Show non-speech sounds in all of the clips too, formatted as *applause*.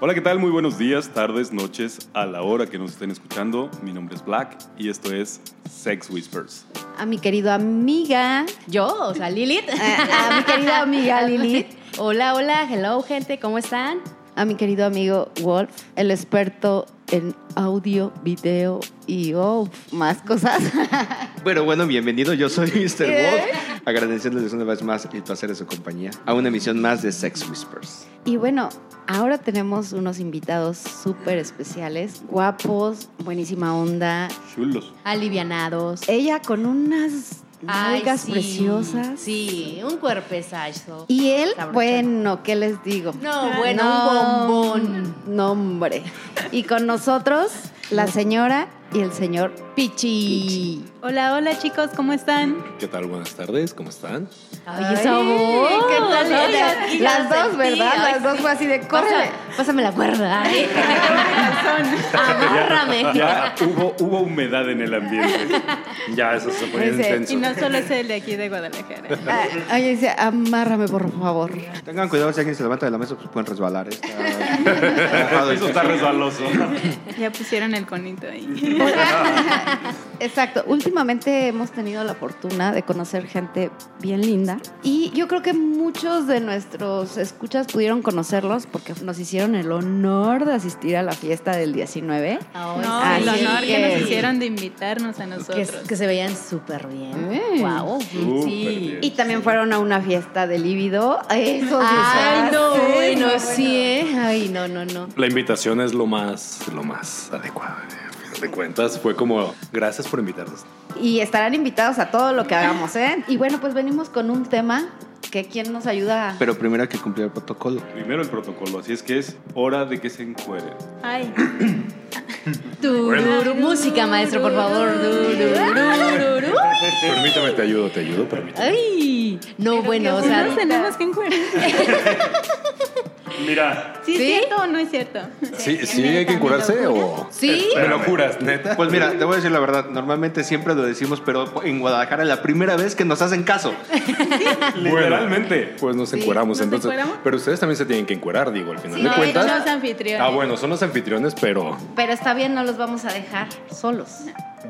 Hola, ¿qué tal? Muy buenos días, tardes, noches, a la hora que nos estén escuchando. Mi nombre es Black y esto es Sex Whispers. a mi querido amiga, Eh, Yo, o *laughs* sea, Lilith. a, a mi querida *laughs* amiga Lilith, Hola, hola, hello, gente, ¿cómo están? a mi querido amigo Wolf, el experto en audio, video y oh, más cosas. *laughs* Bueno, bueno, bienvenido. Yo soy Mr. Wolf. Agradeciéndoles una vez más el placer de su compañía a una emisión más de Sex Whispers. Y bueno, ahora tenemos unos invitados súper especiales, guapos, buenísima onda. Chulos. Alivianados. Ella con unas Ay, nalgas sí, preciosas. Sí, un cuerpezazo. Y él, Sabrochón. bueno, ¿qué les digo? No, bueno, un bombón. No, hombre. Y con nosotros, la señora y el señor Pichi. Hola, hola chicos, ¿cómo están? ¿Qué tal? Buenas tardes, ¿cómo están? Ay, esa voz. ¿Qué tal? Las- Ay, ya- ya Las dos, sentí. ¿verdad? Ay, Las dos fue así de córrele. Pásame, pásame la cuerda. Ay. Agárrame. Ya hubo, hubo humedad en el ambiente. *laughs* Ya, eso se ponía Ese, intenso. Y no solo es el de aquí de Guadalajara. Ah, Oye, dice, amárrame, por favor. Tengan cuidado si alguien se levanta de la mesa, pues pueden *laughs* resbalar. Está- El piso está resbaloso. Ya pusieron el conito ahí. *laughs* Exacto. Últimamente hemos tenido la fortuna de conocer gente bien linda. Y yo creo que muchos de nuestros escuchas pudieron conocerlos porque nos hicieron el honor de asistir a la fiesta del 19. No, Ay, el sí. honor que que- nos hicieron de invitarnos a Que, nosotros. que se veían súper bien. Mm. Wow. Súper sí. bien. Y también fueron a una fiesta de líbido. Eso sí. Ay, no, Sí, bueno, no, sí, ¿eh? Ay, no, no, no. La invitación es lo más, lo más adecuado. eh, a fin De cuentas, fue como gracias por invitarnos. Y estarán invitados a todo lo que hagamos, ¿eh? Y bueno, pues venimos con un tema que quién nos ayuda. Pero primero hay que cumplir el protocolo. Primero el protocolo, así es que es hora de que se encueren. Ay. Tururú. música, maestro, por favor. Tururú. Permítame, te ayudo, te ayudo, permítame. Ay, no, bueno, o sea, Nos tenemos que encuadrar. Mira, ¿Sí, ¿Sí? es cierto o no es cierto? ¿sí, sí hay que curarse o...? sí. ¿Me lo juras, neta? Pues mira, te voy a decir la verdad. Normalmente siempre lo decimos, pero en Guadalajara es la primera vez que nos hacen caso. Literalmente. Pues nos encueramos, ¿Nos entonces. encueramos? Pero ustedes también se tienen que encuerar, digo, al final Sí, de no, cuentas. son los anfitriones. Ah, bueno, son los anfitriones, pero Pero está bien, no los vamos a dejar solos.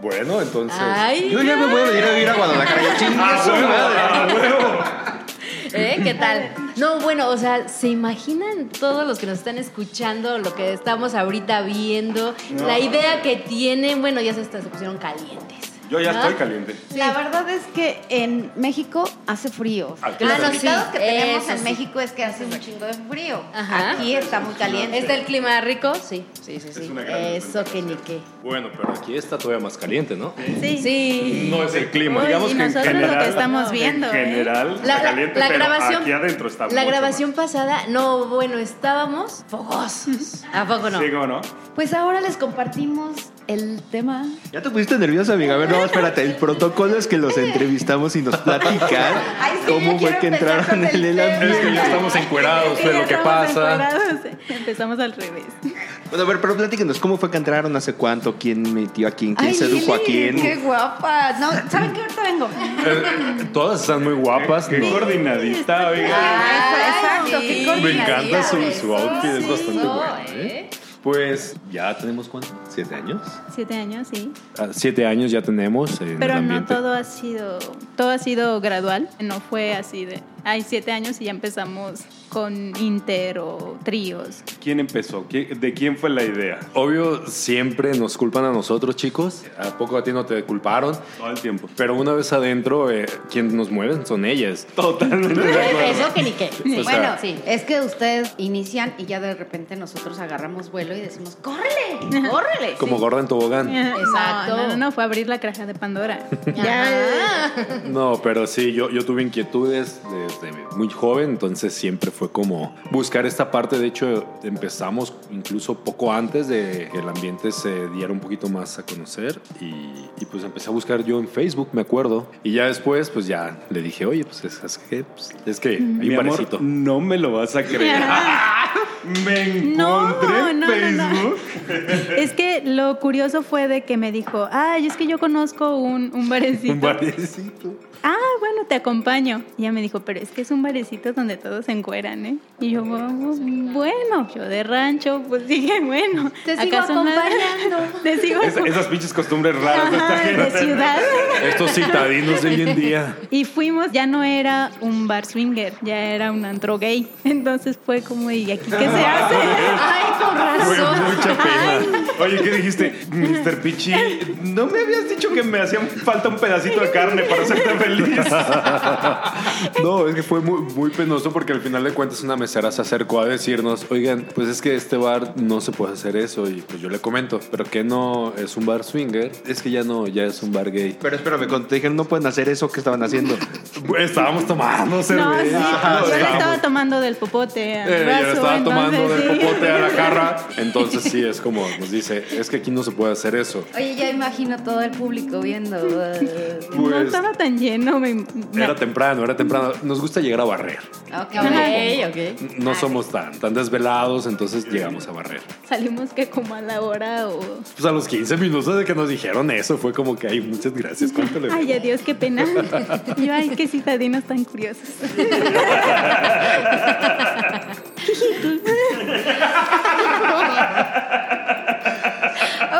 bueno, entonces. Ay, Yo ya me voy a ir a vivir a Guadalajara. Chingue ¡Ah, su huevo! madre. ¡Ah, huevo! ¿eh? *laughs* ¿Qué tal? No, bueno, o sea, ¿se imaginan todos los que nos están escuchando lo que estamos ahorita viendo? La idea que tienen, bueno, ya se, hasta se pusieron calientes. Yo ya ¿no? estoy caliente. La verdad es que en México hace frío. Ah, Los claro. invitados que Ah, no, sí. tenemos Eso en sí. México es que hace un chingo de frío. Ajá. Aquí está muy caliente. ¿Está el clima rico? Sí, sí, sí, sí. una gran Eso que ni qué. Bueno, pero aquí está todavía más caliente, ¿no? Sí. Sí. No es el clima. Uy, y nosotros lo que estamos viendo. ¿eh? La, la- la grabación, la grabación pasada, no, bueno, estábamos fogosos. ¿A poco no? no? Pues ahora les compartimos el tema. Ya te pusiste nerviosa, amiga. A ver, no, espérate. El protocolo es que los entrevistamos y nos platican Ay, sí, yo cómo fue quiero que empezar entraron con en el el tema. ambiente. Es que ya estamos encuerados *laughs* Sí, de ya lo que estamos pasa. encuadrados. Empezamos al revés. Bueno, a ver, pero platíquenos, ¿cómo fue que entraron? ¿Hace cuánto? ¿Quién metió a quién? ¿Quién Ay, sedujo a Lili, quién? Qué guapa. No, ¿saben qué ahorita vengo? Eh, *laughs* todas están muy guapas. Qué coordinadita, oiga. Exacto, sí. qué Me coordinadita. encanta su, su eso outfit, es sí, bastante no, bueno. ¿eh? Pues ya tenemos cuánto? ¿Siete años? Siete años, sí. Ah, siete años ya tenemos. en el Pero no ambiente. todo ha sido, todo ha sido gradual. No fue así de, hay siete años y ya empezamos con inter o *laughs* tríos. ¿Quién empezó? ¿Qui- ¿De quién fue la idea? Obvio, siempre nos culpan a nosotros, chicos. ¿A poco a ti no te culparon? Todo el tiempo. Pero una vez adentro, eh, quien nos mueven son ellas. Eso que ni qué. O sea, Bueno, sí. es que ustedes inician y ya de repente nosotros agarramos vuelo y decimos, ¡córrele! ¡córrele! Como gorda en tobogán. Exacto. No, no, no, fue *laughs* abrir la caja de Pandora. Ajá. No, pero sí, yo, yo tuve inquietudes de desde muy joven, entonces siempre fue como buscar esta parte. De hecho, empezamos incluso poco antes de que el ambiente se diera un poquito más a conocer y, y, pues empecé a buscar yo en Facebook, me acuerdo. Y ya después, pues ya le dije, oye, pues es, que, pues, es que hay Mm. Mi un amor, parecito. no me lo vas a creer. *laughs* ah. Me encontré No, en no, no, no. Facebook. Es que lo curioso fue de que me dijo, ay, es que yo conozco un, un barecito. Un parecito. Ah, bueno, te acompaño. Y ella me dijo, pero es que es un barecito donde todos se encueran, ¿eh? Y yo, "Oh, bueno, yo de rancho, pues dije, bueno. Pues Te acá sigo son más- acompañando. Te sigo *laughs* Es- esas pinches costumbres raras de esta Ajá, gente. de ciudad. Estos citadinos de hoy en día. Y fuimos, ya no era un bar swinger, ya era un antro gay. Entonces fue como, ¿y aquí qué se hace? Ay, con Güey, razón. mucha pena. Oye, ¿qué dijiste? Mr. Pichi, ¿no me habías dicho que me hacía falta un pedacito de carne para hacerte feliz? No, es que fue muy, muy penoso porque al final de cuentas una mesera se acercó a decirnos, oigan, pues es que este bar no se puede hacer eso y pues yo le comento, pero que no es un bar swinger, es que ya no, ya es un bar gay. Pero espérame, cuando te dijeron no pueden hacer eso que estaban haciendo. Estábamos tomando No, sí, cerveza. yo le estábamos- estaba tomando del popote al Eh, yo brazo, le estaba tomando entonces, del sí. popote a la carra, entonces sí, es como nos dice, es que aquí no se puede hacer eso. Oye, ya imagino todo el público *laughs* viendo. eh, no Pues estaba tan lleno. Me, era temprano, era temprano. Nos gusta llegar a barrer. Ok, ok. Ah. No somos tan, tan desvelados, entonces llegamos a barrer. salimos que como a la hora o... Pues a los 15 minutos de que nos dijeron eso, fue como que hay muchas gracias. ¿Cuánto le Ay, adiós, qué pena. *laughs* Y Yo, ay, qué citadinos tan curiosos.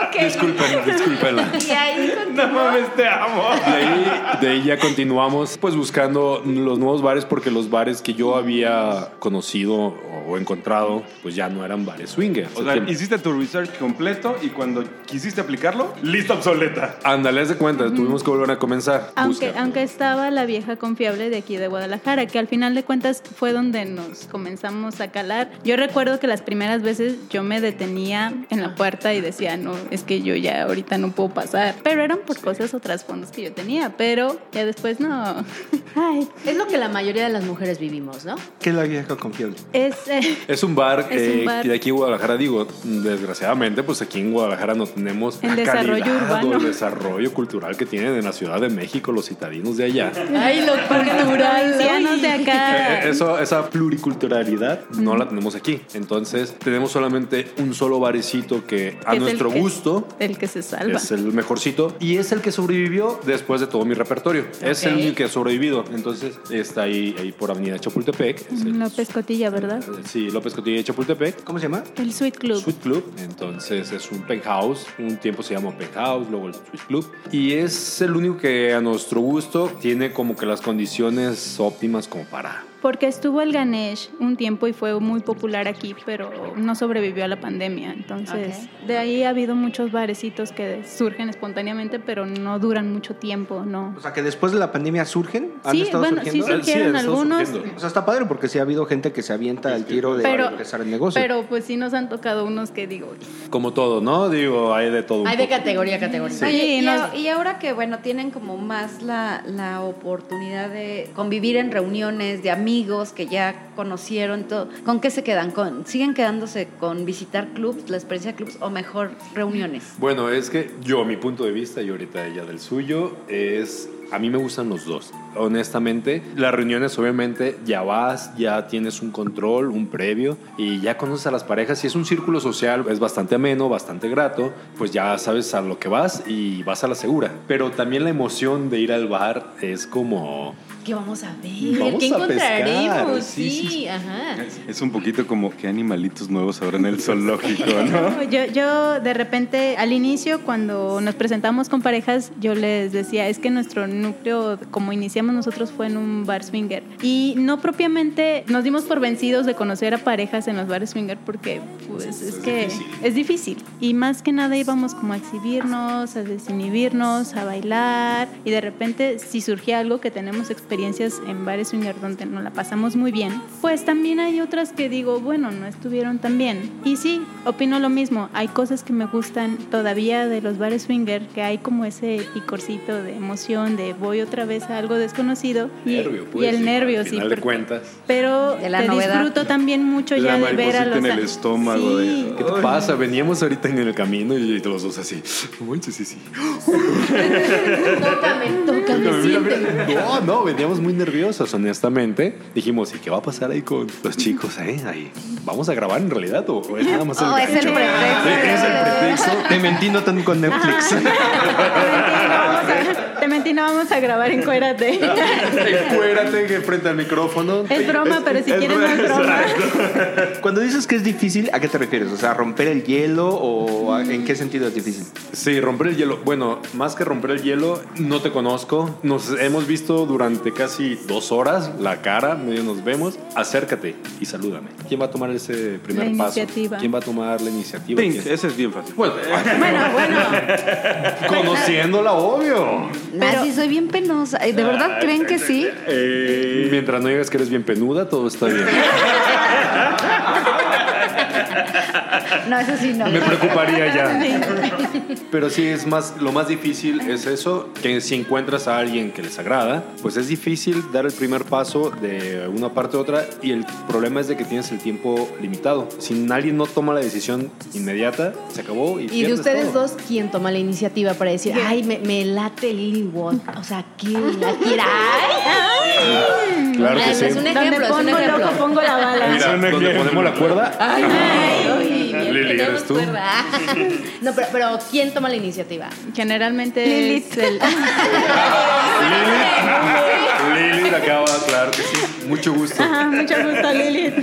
Ok. Disculpen, disculpenla. Y ahí No mames, te amo. De ahí, de ahí ya continuamos pues buscando los nuevos bares porque los bares que yo había conocido o encontrado pues ya no eran bares swinger. O sea, hiciste tu research completo y cuando quisiste aplicarlo, lista obsoleta. Ándale, haz de cuenta, tuvimos que volver a comenzar. Aunque, Busca. aunque estaba la vieja confiable de aquí de Guadalajara, que al final de cuentas fue donde nos comenzamos a calar. Yo recuerdo que las primeras veces yo me detenía en la puerta y decía, no, es que yo ya ahorita no puedo pasar. Pero eran por cosas o trasfondos que yo tenía, pero ya después no. *laughs* Ay, Es lo que la mayoría de las mujeres vivimos, ¿no? ¿Qué es la vieja confiable? es... eh, Es un bar, Es un eh, bar. de aquí en Guadalajara, digo, desgraciadamente, pues aquí en Guadalajara no tenemos El la desarrollo calidad o urbano. el desarrollo cultural que tienen en la Ciudad de México los citadinos de allá. Ay, *laughs* lo cultural. provincianos de *laughs* acá. Eh, Eso, esa pluriculturalidad no la tenemos aquí. Entonces, tenemos solamente un solo barecito que a que es el nuestro que- gusto el que se salva. es el mejorcito y es el que sobrevivió después de todo mi repertorio. Es el Ok. único que ha sobrevivido. Entonces, está ahí, ahí por Avenida Chapultepec. Es el- López Cotilla, ¿verdad? Sí, López Cotilla y Chapultepec. ¿Cómo se llama? El Sweet Club. Sweet Club, entonces es un penthouse, un tiempo se llamó penthouse, luego el Sweet Club, y es el único que a nuestro gusto tiene como que las condiciones óptimas como para... Porque estuvo el Ganesh un tiempo y fue muy popular aquí, pero no sobrevivió a la pandemia. Entonces, de ahí ha habido muchos barecitos que surgen espontáneamente, pero no duran mucho tiempo, ¿no? O sea, que después de la pandemia surgen, han Sí, estado bueno, surgiendo. sí surgieron han estado algunos, surgiendo. O sea, está padre porque sí ha habido gente que se avienta al tiro de Pero- empezar el negocio. pero pues sí nos han tocado unos que digo, Como todo, ¿no? Digo, hay de todo. un Hay de poco. categoría a categoría. Sí. Oye, y, no- a- y ahora que, bueno, tienen como más la, la oportunidad de convivir en reuniones de amigos que ya conocieron, todo, ¿con qué se quedan? ¿Con, ¿Siguen quedándose con visitar clubs, la experiencia de clubs o mejor reuniones? Bueno, es que yo, mi punto de vista, y ahorita ella del suyo, es... A mí me gustan los dos, honestamente. Las reuniones, obviamente, ya vas, ya tienes un control, un previo, y ya conoces a las parejas. Si es un círculo social, es bastante ameno, bastante grato, pues ya sabes a lo que vas y vas a la segura. Pero también la emoción de ir al bar es como... ¿Qué vamos a ver? Vamos ¿Qué a pescar, encontraremos? sí, Sí, sí, sí. ajá. Es un poquito como qué animalitos nuevos habrá en el zoológico, ¿no? No, Yo, yo de repente al inicio cuando nos presentamos con parejas yo les decía es que nuestro núcleo como iniciamos nosotros fue en un bar swinger y no propiamente nos dimos por vencidos de conocer a parejas en los bares swinger porque pues es, que es difícil y más que nada íbamos como a exhibirnos, a desinhibirnos, a bailar y de repente si surgía algo que tenemos experiencias en bares swinger donde nos la pasamos muy bien, pues también hay otras que digo, bueno, no estuvieron tan bien. Y sí, opino lo mismo, hay cosas que me gustan todavía de los bares swinger, que hay como ese picorcito de emoción, de de voy otra vez a algo desconocido. Y, Nervio, pues, y el sí, nervio, al sí. final de porque- cuentas. Pero De la te novedad. disfruto también mucho La ya de ver mariposita a los... en el estómago de- Sí. *laughs* ¿Qué te pasa? Veníamos ahorita en el camino y los dos así. No manches, sí, sí. Tócame, Mira, tócame, mira, siénteme. No, no, veníamos muy nerviosos, honestamente. Dijimos, ¿y qué va a pasar ahí con los chicos? Eh? Ahí, ¿Vamos a grabar en realidad o o es nada más el Oh, es el gancho? pretexto. Eh, es el pretexto. Te mentí, no tan *laughs* con Netflix. Te mentí, no vamos a grabar en *laughs* Cuérate. Encuérate frente al micrófono. Es broma, pero si es quieres no es broma. Cuando dices que es difícil, ¿a qué te refieres? O sea, romper el hielo o a- en qué sentido es difícil? Sí, romper el hielo. Bueno, más que romper el hielo, no te conozco. Nos hemos visto durante casi dos horas la cara, medio nos vemos. Acércate y salúdame. ¿Quién va a tomar ese primer La paso? iniciativa. ¿Quién va a tomar la iniciativa? Pink, ¿Quién? Pues, ese es bien fácil. *laughs* Bueno, Bueno, bueno. conociéndola, obvio. Nah, sí, soy bien penosa. Ay, ¿De verdad creen que sí? Eh, Mientras no digas que eres bien penuda, todo está bien. No, eso sí no. Me preocuparía ya. Sí. Pero sí, es más, lo más difícil es eso, que si encuentras a alguien que les agrada, pues es difícil dar el primer paso de una parte a otra y el problema es de que tienes el tiempo limitado. Si alguien no toma la decisión inmediata, se acabó y Y de pierdes ustedes todo. dos, ¿quién toma la iniciativa para decir, ay, me, me late Lily Watt? O sea, ¿quién la quiera? Claro que Ay, sí. es un Donde ejemplo, es un pongo el ejemplo. ojo, pongo la Ah, bala. Mira, donde ponemos la cuerda, Ay, ay, bien, Lili, tenemos ¿eres tú? cuerda. *laughs* No, pero, pero ¿quién toma la iniciativa? Generalmente Lilith. es el- Lili, Lili la acaba, claro que sí. Mucho gusto. Ajá, mucho gusto, Lilith.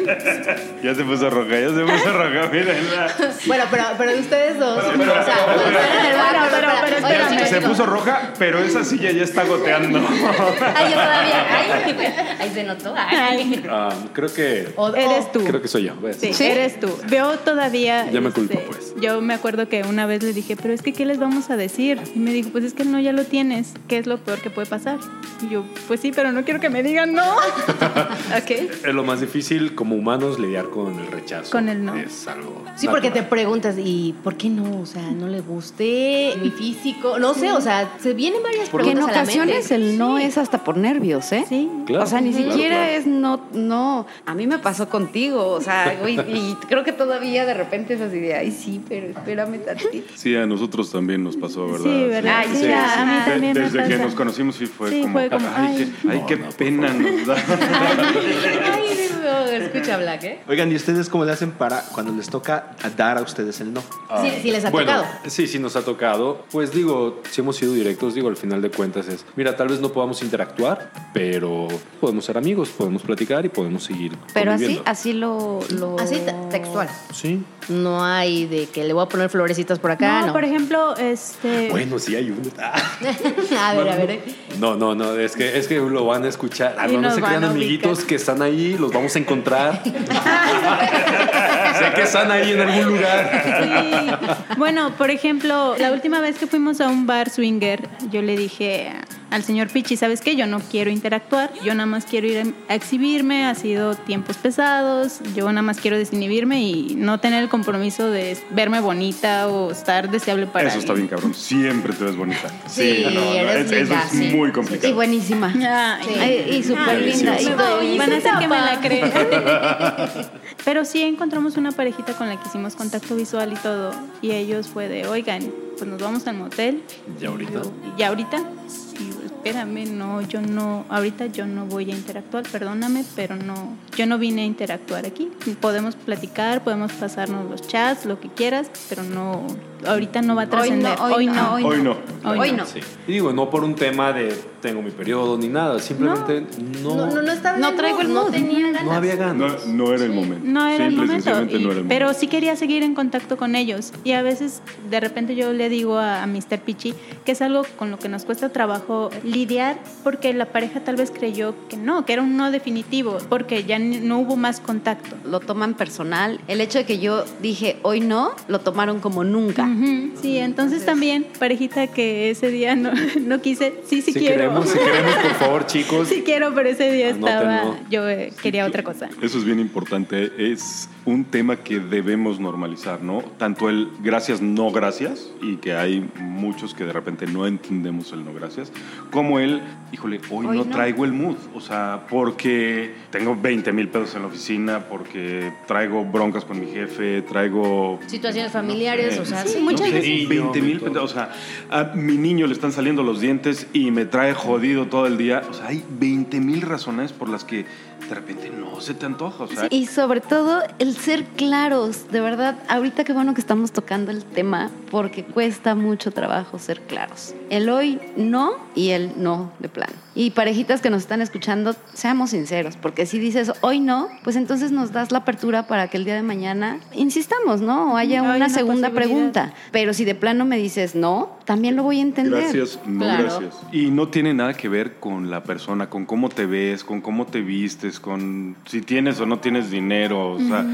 Ya se puso roja, ya se puso roja, mírenla. Bueno, pero, pero de ustedes dos. o sea, cuando están en el Bueno, bar, pero- pero espera. Oigan, espérame. chicos, Se chicos. puso roja, pero esa silla ya está goteando. Ay, yo todavía. Ay, *laughs* ay, se notó. Ay. Ay, Ah, creo que O- o- Eres tú. creo que soy yo. ¿ves? Sí, ¿Sí? eres tú. Veo todavía. Ya me este, culpo, pues. Yo me acuerdo que una vez le dije, pero es que, ¿qué les vamos a decir? Y me dijo, pues es que no, ya lo tienes. ¿Qué es lo peor que puede pasar? Y yo, pues sí, pero no quiero que me digan no. ok. Es lo más difícil como humanos lidiar con el rechazo. Con el no. Es algo. Sí, porque te natural. preguntas, ¿y por qué no? O sea, no le gusté mi físico. No sé, o sea, se vienen varias Porque en preguntas. ocasiones *laughs* a la mente. el no es hasta por nervios, ¿eh? Sí. Claro, o sea, ni claro, siquiera claro. es no, no. A mí me pasó contigo, o *laughs* sea, güey, y creo que todavía de repente es así de, ay, sí, pero espérame tantito. Sí, a nosotros también nos pasó, ¿verdad? Sí, ¿verdad? Ay, sí, sí, a- sí. a mí De- también Desde me que pasa. nos conocimos sí fue Sí, como, fue como, ay, ay, qué, ay, qué pena nos *laughs* da. Ay, no, escucha, Black, ¿eh? Oigan, ¿y ustedes cómo le hacen para cuando les toca dar a ustedes el no? Ah, Sí, sí les ha bueno, tocado. Sí, sí nos ha tocado. Pues digo, si hemos sido directos, digo, al final de cuentas es, mira, tal vez no podamos interactuar, pero podemos ser amigos, podemos platicar y podemos seguir. Pero así, conviviendo. así lo. lo- Así, te- textual. Sí. No hay de que le voy a poner florecitas por acá, No, ¿no? por ejemplo, este. Bueno, sí hay uno. Ah. *laughs* a ver, a ver. ¿eh? No, no, no, es que, es que lo van a escuchar. Ah, Y no, no nos se crean van a amiguitos ubicar. que están ahí, los vamos a encontrar. sé que están ahí en algún lugar. Sí. Bueno, por ejemplo, la última vez que fuimos a un bar swinger, yo le dije al señor Pichi, ¿sabes qué? Yo no quiero interactuar, yo nada más quiero ir a exhibirme, ha sido tiempos pesados, yo nada más quiero desinhibirme y no tener el compromiso de verme bonita o estar deseable para Eso está bien, alguien". cabrón. Siempre te ves bonita. Sí, eres es- Eso linda, es sí. muy Y complicado. buenísima. Ay, Sí. Ah, ay, Ay, y súper linda. Y delicioso. todo. Ay, Van a se hacer que me tapa. la crean. *laughs* Pero sí encontramos una parejita con la que hicimos contacto visual y todo. Y ellos fue de, oigan, pues nos vamos al motel. ¿Y ahorita? Y ahorita, y yo, espérame, no, yo no, ahorita yo no voy a interactuar, perdóname, pero no, yo no vine a interactuar aquí. Podemos platicar, podemos pasarnos los chats, lo que quieras, pero no, ahorita no va a Hoy no, trascender. Hoy no, hoy no. Hoy no. Hoy no. Sí. Y digo, no por un tema de tengo mi periodo ni nada, simplemente no, No, no, no, no estaba No bien, traigo el no mood. tenía ganas. había ganas. No, no era el momento. No era Simple el y momento, sencillamente y- no era el pero momento. sí quería seguir en contacto con ellos. Y a veces, de repente, yo le digo a, a Mr. Pichi que es algo con lo que nos cuesta trabajo lidiar, porque la pareja tal vez creyó que no, que era un no definitivo, porque ya ni- no hubo más contacto. Lo toman personal. El hecho de que yo dije hoy no, lo tomaron como nunca. Ujú, Sí, entonces también, parejita que ese día no, no quise, sí, sí si quiero. queremos, si queremos, por favor, *laughs* chicos. Sí quiero, pero ese día estaba, Anótenlo. yo eh, quería otra cosa. Eso es bien importante. Es un tema que debemos normalizar, ¿no? Tanto el gracias, no gracias, y que hay muchos que de repente no entendemos el no gracias, como el, híjole, hoy, Hoy no, no. traigo el mood. O sea, porque tengo 20 mil pesos en la oficina, porque traigo broncas con mi jefe, traigo Situaciones familiares, o sea, sí, no muchas sé, veces. 20 mil, o sea, a mi niño le están saliendo los dientes y me trae jodido todo el día. O sea, hay 20 mil razones por las que de repente no se te antoja. O sea, Y sobre todo el ser claros, de verdad, ahorita qué bueno que estamos tocando el tema porque cuesta mucho trabajo ser claros. El hoy no y el no de plano. Y parejitas que nos están escuchando, seamos sinceros, porque si dices hoy no, pues entonces nos das la apertura para que el día de mañana insistamos, ¿no? O haya Hay una, una segunda posibilidad. pregunta. Pero si de plano me dices no, también lo voy a entender. Gracias, no Claro. gracias. Y no tiene nada que ver con la persona, con cómo te ves, con cómo te vistes, con si tienes o no tienes dinero. O sea,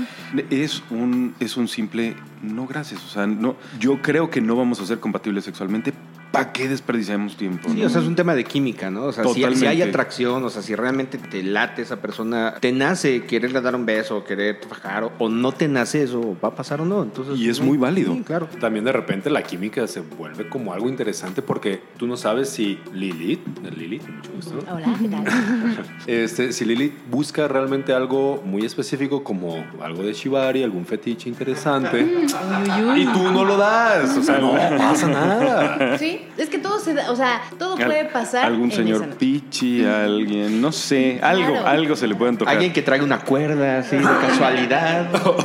es un es un simple no gracias. O sea, no, yo creo que no vamos a ser compatibles sexualmente. ¿Para qué desperdiciamos tiempo? Sí, no? o sea, es un tema de química, ¿no? O sea, si, Totalmente. si hay atracción, o sea, si realmente te late esa persona, te nace quererle dar un beso, querer bajar, o, o no te nace eso, va a pasar o no. Entonces, Y es no, muy válido. sí, claro. También de repente la química se vuelve como algo interesante porque tú no sabes si Lilith, Lilith, mucho gusto, Hola, *laughs* ¿qué tal? este, si Lilith busca realmente algo muy específico como algo de Shibari, algún fetiche interesante, y tú no lo das, o sea, no pasa nada. Sí, es que todo se da, o sea, todo Al- puede pasar. Algún en señor esa noche. pichi, alguien, no sé, algo, Claro. algo se le pueden tocar. Alguien que traiga una cuerda, así, de casualidad. *laughs*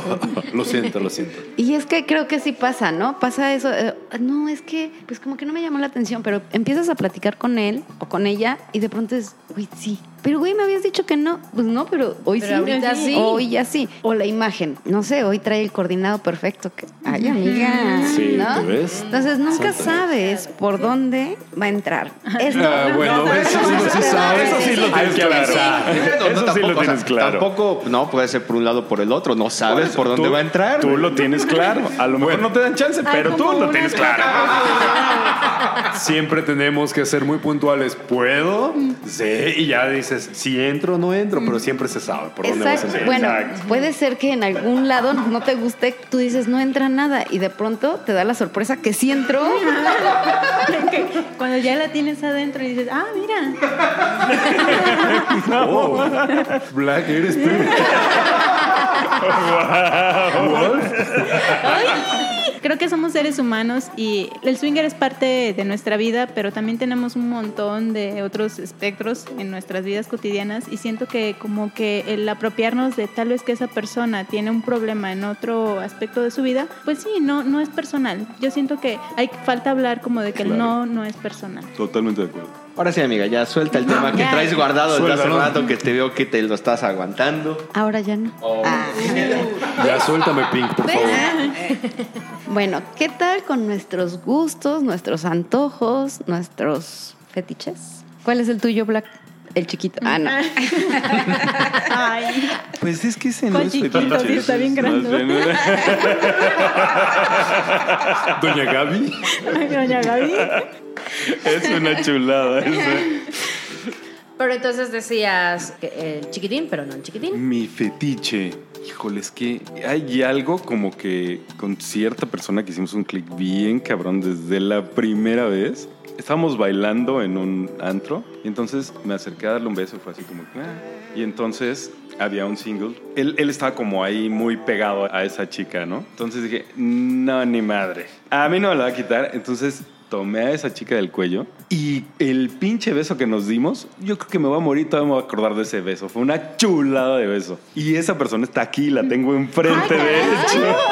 Lo siento, lo siento. Y es que creo que sí pasa, ¿no? Pasa eso. eh, no, es que, pues como que no me llamó la atención, pero empiezas a platicar con él o con ella y de pronto es, güey, sí. Pero, güey, me habías dicho que no. Pues no, pero hoy Pero sí. ahorita sí. Hoy ya sí. O la imagen. No sé, hoy trae el coordinado perfecto. Que, ay, amiga. Sí, ¿no? ¿te ves? Entonces nunca Santo. sabes por dónde va a entrar. Esto- Ah, bueno, eso sí, no sí se sabes. sabe. Eso sí lo Hay tienes que claro. avisar. Bueno, Eso sí lo o sea, tienes claro. Tampoco, no, puede ser por un lado o por el otro. No sabes por dónde Tú- va a entrar. Tú lo tienes claro. A lo mejor no te dan chance, pero tú lo tienes claro. Siempre tenemos que ser muy puntuales. ¿Puedo? Sí, y ya dices, si entro o no entro, pero siempre se sabe por dónde vas a Exacto. entrar. Bueno, puede ser que en algún lado no te guste, tú dices no entra nada y de pronto te da la sorpresa que sí entró. *laughs* Que Cuando ya la tienes adentro y dices, ah, mira, Oh, Black, eres tú. creo que somos seres humanos y el swinger es parte de nuestra vida, pero también tenemos un montón de otros espectros en nuestras vidas cotidianas y siento que como que el apropiarnos de tal vez que esa persona tiene un problema en otro aspecto de su vida, pues sí, no, no es personal. Yo siento que hay falta hablar como de que el no, no es personal. Totalmente de acuerdo. Ahora sí, amiga, ya suelta el tema que Ya. traes guardado desde hace Suéltalo. rato, que te veo que te lo estás aguantando. Ahora ya no. Ah. Ya suéltame, Pink, por favor. Bueno, ¿qué tal con nuestros gustos, nuestros antojos, nuestros fetiches? ¿Cuál es el tuyo, Black? El chiquito. Ah, no. Ay. Pues es que ese no Con es chiquito, fetiche. sí, está bien grande. *laughs* Doña Gaby. Doña Gaby. Es una chulada. ese. Pero entonces decías que, eh, chiquitín, pero no el chiquitín. Mi fetiche. Híjole, es que hay algo como que con cierta persona que hicimos un clic bien cabrón desde la primera vez. Estábamos bailando en un antro y entonces me acerqué a darle un beso y fue así como... "Ah". Y entonces había un single. Él, él estaba como ahí muy pegado a esa chica, ¿no? Entonces dije, no, ni madre. A mí no me la va a quitar. Entonces tomé a esa chica del cuello y el pinche beso que nos dimos, yo creo que me voy a morir, todavía me voy a acordar de ese beso. Fue una chulada de beso. Y esa persona está aquí, la tengo enfrente de hecho. *laughs*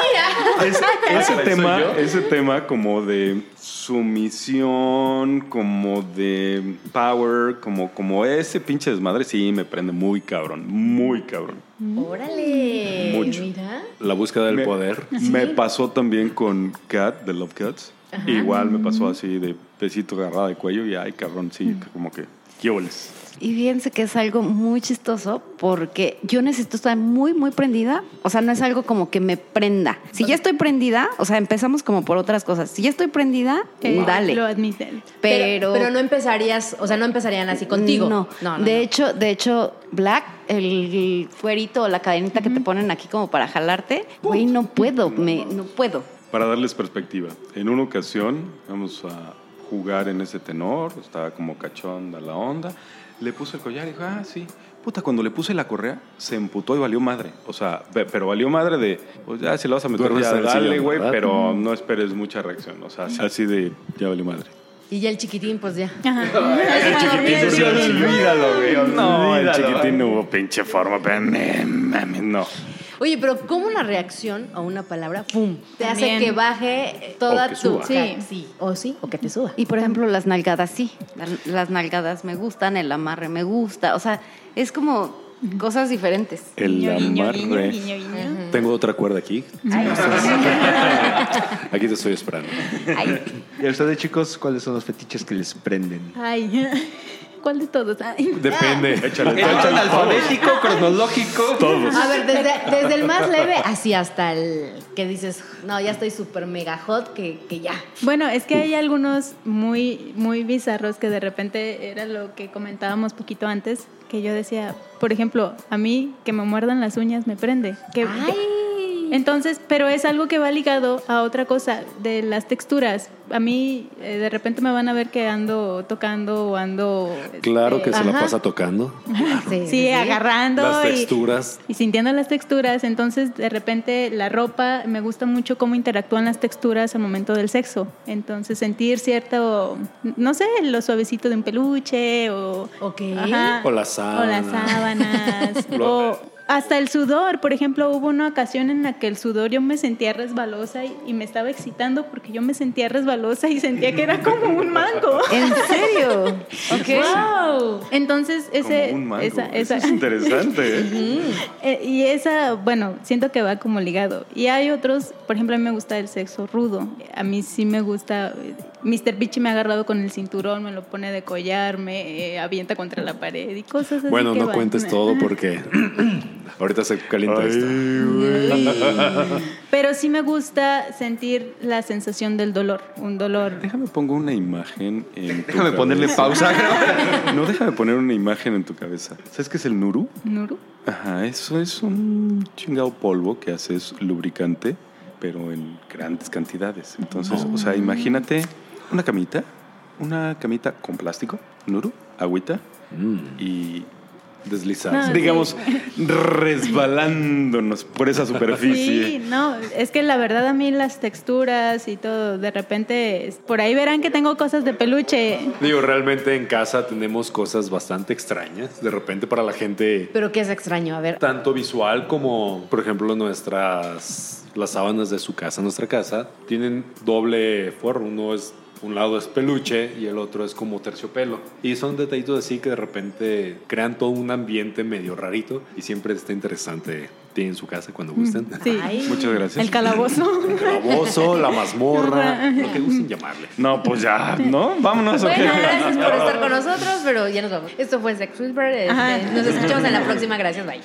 Es- ese tema, ese tema como de sumisión, como de power, como, como ese pinche desmadre, sí, me prende muy cabrón, muy cabrón. Órale. Mm. Mucho. Mira. La búsqueda del Me- poder. Me pasó también con Cat, de Love Cats. Igual me pasó así de besito agarrada de cuello y ay, cabrón, sí, como que ¿Qué oles? Y fíjense que es algo muy chistoso porque yo necesito estar muy, muy prendida. O sea, no es algo como que me prenda. Si ya estoy prendida, o sea, empezamos como por otras cosas. Si ya estoy prendida, Eh, dale. Lo admiten. pero, pero no empezarías, o sea, no empezarían así contigo. No, de hecho, de hecho, Black, el cuerito o la cadenita que te ponen aquí como para jalarte, güey, no puedo, me, no puedo. Para darles perspectiva, en una ocasión vamos a jugar en ese tenor, estaba como cachonda la onda, le puse el collar y dijo, ah, sí. Puta, cuando le puse la correa, se emputó y valió madre. O sea, pe- pero valió madre de, pues ya, si la vas a meter, Duermes ya en el dale, sillón, güey, ¿verdad? pero no esperes mucha reacción. O sea, así de, ya valió madre. Y ya el chiquitín, pues ya. El chiquitín, sí, olvídalo, güey. No, el chiquitín no hubo pinche forma, pero me- mames, no. Oye, pero ¿cómo una reacción a una palabra, pum, te hace También. que baje eh, toda O que tu... suba. Sí. sí. O sí, o que te suba. Y por ejemplo, las nalgadas sí. La- Las nalgadas me gustan, el amarre me gusta. O sea, es como cosas diferentes. El Guiño, guiño, amarre. guiño, guiño, guiño. Tengo otra cuerda aquí. *laughs* Aquí te estoy esperando. Ay, ¿Y a ustedes, chicos, cuáles son los fetiches que les prenden? Ay, *laughs* ¿cuál de todos? Ay. Depende. Échale. alfabético, cronológico. Todos. A ver, desde, desde el más leve así hasta el que dices, no, ya estoy súper mega hot, que, que ya. Bueno, es que hay algunos muy, muy bizarros que de repente era lo que comentábamos poquito antes, que yo decía, por ejemplo, a mí que me muerdan las uñas me prende. Que, ¡Ay! Entonces, pero es algo que va ligado a otra cosa, de las texturas. A mí eh, de repente me van a ver que ando tocando o ando... Claro que este, se la Ajá. pasa tocando. Sí, agarrando Las y, texturas. y sintiendo las texturas. Entonces, de repente, la ropa, me gusta mucho cómo interactúan las texturas al momento del sexo. Entonces, sentir cierto, no sé, lo suavecito de un peluche o... Ok. Ajá. O las O las sábanas. *laughs* o hasta el sudor. Por ejemplo, hubo una ocasión en la que el sudor yo me sentía resbalosa y, y me estaba excitando porque yo me sentía resbalosa y sentía que era como un mango. ¿En serio? Ok. ¡Wow! Entonces, ese... Como un mango. esa- Eso esa- es interesante. *laughs* ¿eh? Eh, y esa, bueno, siento que va como ligado. Y hay otros, por ejemplo, a mí me gusta el sexo rudo. A mí sí me gusta. Mr. Bitchy me ha agarrado con el cinturón, me lo pone de collar, me eh, avienta contra la pared y cosas así. Bueno, que no van. cuentes todo *clears throat* porque ahorita se calienta esto. Pero sí me gusta sentir la sensación del dolor, un dolor. Déjame pongo una imagen en tu Déjame ponerle cabeza. pausa. *laughs* No, déjame poner una imagen en tu cabeza. ¿Sabes qué es el nuru? ¿Nuru? Ajá, eso es un chingado polvo que haces lubricante, pero en grandes cantidades. Entonces, o Mm. sea, imagínate una camita, una camita con plástico, nuru, agüita Mm. y deslizar. No, digamos, resbalándonos por esa superficie. Sí, no, es que la verdad a mí las texturas y todo, de repente, es- por ahí verán que tengo cosas de peluche. Digo, realmente en casa tenemos cosas bastante extrañas. De repente para la gente, Pero que es extraño, a ver. tanto visual como, por ejemplo, nuestras, las sábanas de su casa, nuestra casa, tienen doble forro. Uno es, un lado es peluche y el otro es como terciopelo. Y son detallitos así que de repente crean todo un ambiente medio rarito y siempre está interesante. Tienen su casa cuando gusten. Sí. Ay. Muchas gracias. El calabozo. El calabozo, la mazmorra, lo que gusten llamarle. No, pues ya, ¿no? Vámonos. ¿o qué? Bueno, gracias por estar *laughs* con nosotros, pero ya nos vamos. Esto fue Sex Whisper. este, Ajá. nos escuchamos en la próxima. Gracias, bye.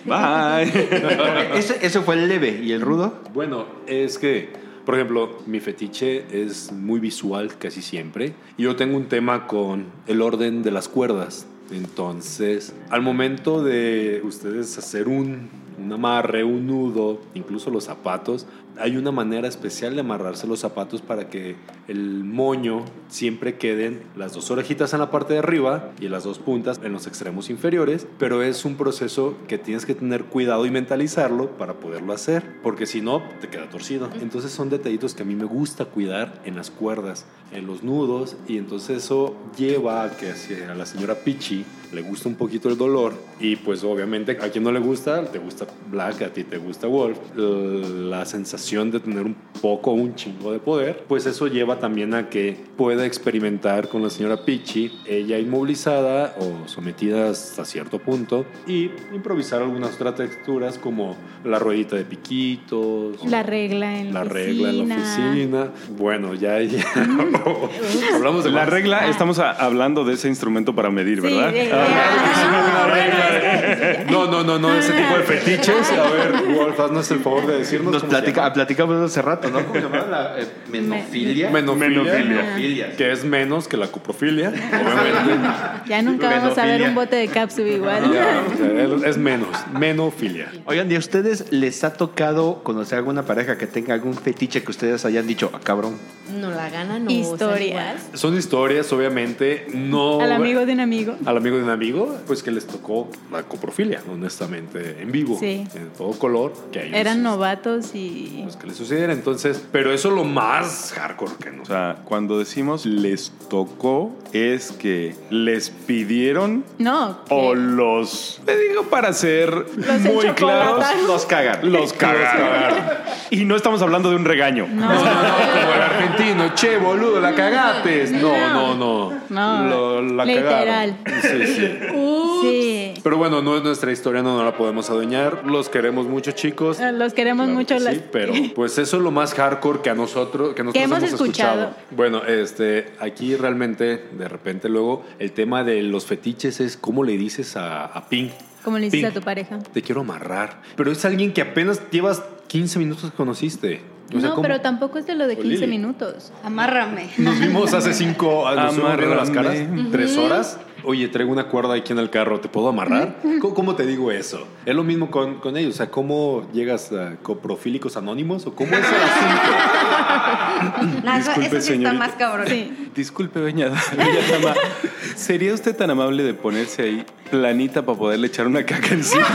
Bye. Eso, eso fue el leve. ¿Y el rudo? Bueno, es que, por ejemplo, mi fetiche es muy visual casi siempre. Y Yo tengo un tema con el orden de las cuerdas. Entonces, al momento de ustedes hacer un, un amarre, un nudo, incluso los zapatos, hay una manera especial de amarrarse los zapatos para que el moño siempre queden las dos orejitas en la parte de arriba y las dos puntas en los extremos inferiores, pero es un proceso que tienes que tener cuidado y mentalizarlo para poderlo hacer, porque si no te queda torcido. Entonces son detallitos que a mí me gusta cuidar en las cuerdas, en los nudos, y entonces eso lleva a que si a la señora Pichi le gusta un poquito el dolor y pues obviamente a quien no le gusta, te gusta Black, a ti te gusta Wolf, la sensación de tener un poco, un chingo de poder, pues eso lleva también a que pueda experimentar con la señora Peachy, ella inmovilizada o sometida hasta cierto punto, y improvisar algunas otras texturas como la ruedita de piquitos. La regla en la, la regla en la oficina. Mm. Bueno, ya, ya. *laughs* hablamos de La más. regla, estamos a- hablando de ese instrumento para medir, Sí, eh, ¿verdad? de- Ah, No, no, no, no, *laughs* ese tipo de fetiches. A ver, Wolf, haznos el favor de decirnos. Nos cómo se platica, llama. platicamos hace rato, ¿no? ¿Cómo se llamaba? La, eh, menofilia. Menofilia. Menofilia. Que es menos que la coprofilia, obviamente. ya nunca vamos a ver Pedofilia. un bote de capsu igual. *laughs* Ya, o sea, es menos, menofilia. Oigan, ¿y a ustedes les ha tocado conocer alguna pareja que tenga algún fetiche que ustedes hayan dicho, ah, cabrón? No la gana, no. Historias. ¿sabes Son historias, obviamente, no... Al amigo de un amigo. Al amigo de un amigo, pues que les tocó la coprofilia, honestamente, en vivo, Sí. en todo color. Que hay Eran unos- novatos y. Pues que les sucediera entonces, pero eso es lo más hardcore que O nos sea, cuando decimos les tocó, es que les pidieron No. que- oh, o los. Te digo para ser muy claros. enchocolataron. Los cagan. Los cagaron. y no estamos hablando de un regaño. No. No, no, *laughs* no, como el argentino, che, boludo, la cagates. No, no, no. No. Lo- la Literal. cagaron. Sí, sí. Sí. Pero bueno, no es nuestra historia, no, no la podemos adueñar. Los queremos mucho, chicos. Eh, Los queremos Claro mucho. que las- sí, *laughs* pero pues eso es lo más hardcore que a nosotros que nosotros Que hemos hemos, escuchado. escuchado. Bueno, este aquí realmente de repente luego el tema de los fetiches es cómo le dices a, a Pink. ¿Cómo le dices Pink, a tu pareja? Te quiero amarrar, pero es alguien que apenas llevas 15 minutos que conociste. O sea, no, ¿cómo? pero tampoco es de lo de O 15 Lili. minutos. Amárrame. Nos vimos hace cinco nos estuvimos viendo las caras. Amárrame. Tres horas. Oye, traigo una cuerda aquí en el carro, ¿te puedo amarrar? ¿Cómo, cómo te digo eso? Es lo mismo con, con ellos. O sea, ¿cómo llegas a coprofílicos anónimos? ¿O cómo es el *laughs* asunto? No, eso- Disculpe, eso sí está señorita. más cabrón. *laughs* Sí. Disculpe, doña, *laughs* doña Dama, ¿Sería usted tan amable de ponerse ahí planita para poderle echar una caca encima?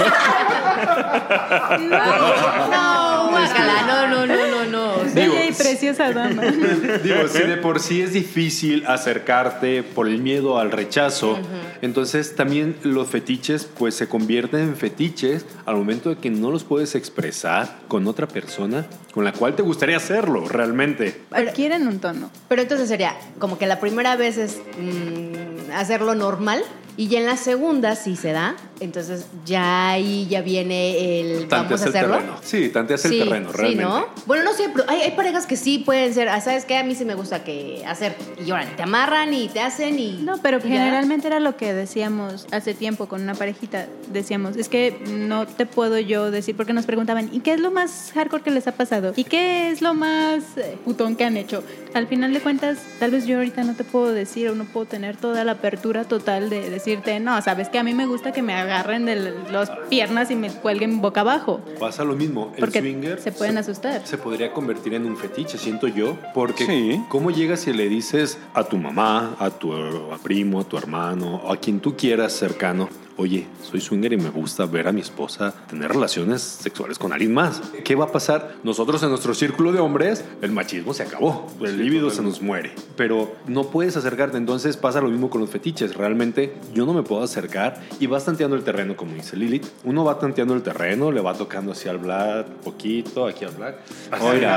No, guácala, no, no, no, no, no. O sea, Digo, Bella y preciosa *laughs* dama. Digo, si de por sí es difícil acercarte por el miedo al rechazo, entonces también los fetiches pues se convierten en fetiches al momento de que no los puedes expresar con otra persona con la cual te gustaría hacerlo realmente. Adquieren un tono. Pero entonces sería como que la primera vez es mm, hacerlo normal y ya en la segunda, si se da, entonces ya ahí ya viene el vamos Tanteas a el hacerlo. terreno. Sí, tanteas el Sí, terreno, realmente. Sí, ¿no? Bueno, no sé, pero hay, hay parejas que sí pueden ser, ah, ¿sabes qué? A mí sí me gusta que hacer. Y órale, te amarran y te hacen y. No, pero y ya. generalmente era lo que decíamos hace tiempo con una parejita. Decíamos, es que no te puedo yo decir, porque nos preguntaban, ¿y qué es lo más hardcore que les ha pasado? ¿Y qué es lo más eh, putón que han hecho? Al final de cuentas, tal vez yo ahorita no te puedo decir o no puedo tener toda la apertura total de decirte, no, sabes que a mí me gusta que me agarren de las piernas y me cuelguen boca abajo. Pasa lo mismo. El Porque swinger se pueden asustar. Se podría convertir en un fetiche, siento yo. Porque, Sí. ¿cómo llegas y le dices a tu mamá, a tu a primo, a tu hermano, o a quien tú quieras cercano? Oye, soy swinger y me gusta ver a mi esposa tener relaciones sexuales con alguien más. ¿Qué va a pasar? Nosotros en nuestro círculo de hombres, el machismo se acabó, el líbido se nos muere. Pero no puedes acercarte, entonces pasa lo mismo con los fetiches. Realmente yo no me puedo acercar y vas tanteando el terreno, como dice Lilith. Uno va tanteando el terreno, le va tocando así al Vlad, poquito, aquí al Vlad.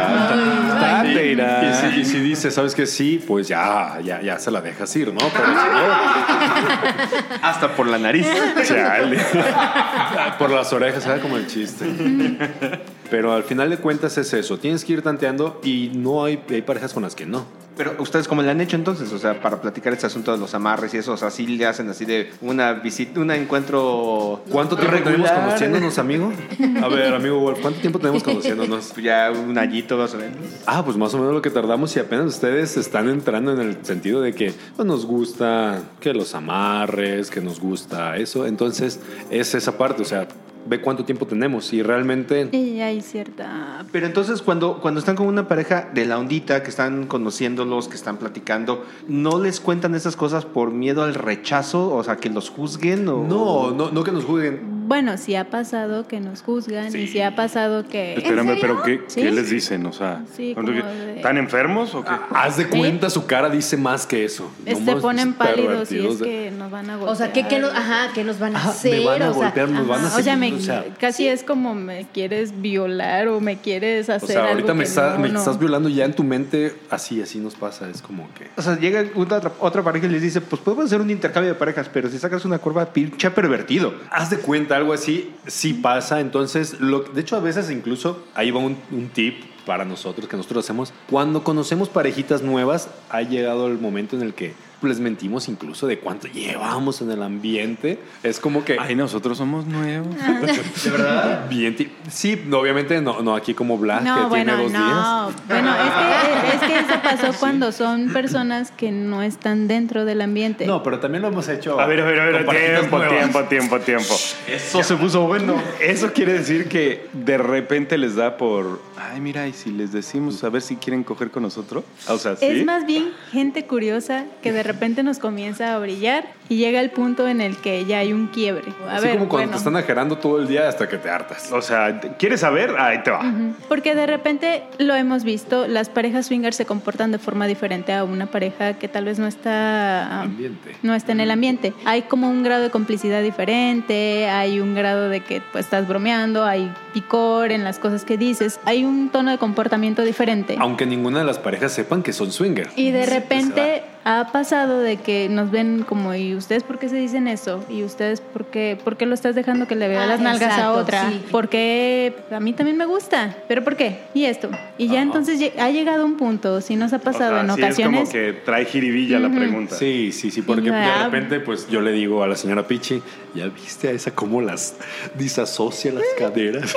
Oiga, Ay, ay. y si, y si dice, ¿sabes qué? Sí, pues ya, ya, ya se la dejas ir, ¿no? Pero si Hasta por la nariz. *laughs* no, chale. *laughs* Por las orejas, ¿sabes? Como el chiste. Pero al final de cuentas es eso. Tienes que ir tanteando y no hay, hay parejas con las que no. Pero ustedes cómo le han hecho entonces, o sea, para platicar este asunto de los amarres y eso, o sea, sí le hacen así de una visita, un encuentro ¿Cuánto tiempo tenemos regular? conociéndonos, amigo? A ver, amigo Wolf, ¿cuánto tiempo tenemos conociéndonos? Pues, Ya un añito más o menos. Ah, pues más o menos lo que tardamos y apenas ustedes están entrando en el sentido de que pues, nos gusta que los amarres, que nos gusta eso. Entonces es esa parte, o sea, ve cuánto tiempo tenemos y realmente... Y hay cierta... Pero entonces cuando, cuando están con una pareja de la ondita, que están conociéndolos, que están platicando, ¿no les cuentan esas cosas por miedo al rechazo? O sea, que los juzguen o... No, no, no que nos juzguen. Bueno, sí ha pasado que nos juzgan y sí ha pasado que... Espérame, pero ¿qué, Sí. qué les dicen? O sea, Sí, ¿tanto que- como de- ¿están enfermos o qué? Ah. Haz de cuenta, su cara dice más que eso. eh, No se mames, ponen pálidos y pervertidos es de- que nos van a golpear. O sea, ¿qué, Ah, qué, nos, ajá, ¿qué nos van a Ajá, me hacer? van a o sea, ah, golpear, nos van a ajá. o sea, hacer- me- o sea, casi es como me quieres violar o me quieres O hacer sea, algo ahorita me, que está- no, me no. estás violando ya en tu mente. Así, así nos pasa. Es como que. O sea, llega una otra, otra pareja y les dice, pues podemos hacer un intercambio de parejas, pero si sacas una curva, pinche pervertido. Haz de cuenta, algo así sí pasa. Entonces, lo, de hecho, a veces incluso ahí va un, un tip para nosotros que nosotros hacemos. Cuando conocemos parejitas nuevas, ha llegado el momento en el que les mentimos incluso de cuánto llevamos en el ambiente. Es como que. Ay, nosotros somos nuevos. Ah. ¿De verdad? *laughs* Bien, ti- sí, obviamente no, no aquí como Blas, que No, bueno, tiene dos días. no. Bueno, *laughs* es que, es que eso pasó cuando son personas que no están dentro del ambiente. No, pero también lo hemos hecho. A ver, a ver, a ver. con parejitas Tiempo, nuevas. tiempo, tiempo, tiempo. Eso se puso bueno. Eso quiere decir que de repente les da por. Ay, mira, y si les decimos a ver si quieren coger con nosotros. O sea, sí. Es más bien gente curiosa que de repente nos comienza a brillar y llega el punto en el que ya hay un quiebre. A Así ver, como cuando bueno, te están ajerando todo el día hasta que te hartas. O sea, ¿quieres saber? Ahí te va. porque de repente lo hemos visto, las parejas swingers se comportan de forma diferente a una pareja que tal vez no está ah, Ambiente. no está en el ambiente. Hay como un grado de complicidad diferente, hay un grado de que pues, estás bromeando, hay picor en las cosas que dices, hay un tono de comportamiento diferente. Aunque ninguna de las parejas sepan que son swingers. Y de Sí, pues, repente ha pasado de que nos ven como, ¿y ustedes por qué se dicen eso? ¿Y ustedes por qué, por qué lo estás dejando que le vea Ah, las nalgas exacto, a otra? sí. Porque a mí también me gusta, pero ¿por qué? Y esto. Y ya entonces lle- ha llegado un punto, si nos ha pasado O sea, en sí ocasiones. Es como que trae jiribilla la pregunta. Sí, sí, sí, porque de Ya. repente pues yo le digo a la señora Pichi, ¿ya viste a esa cómo las disasocia las caderas?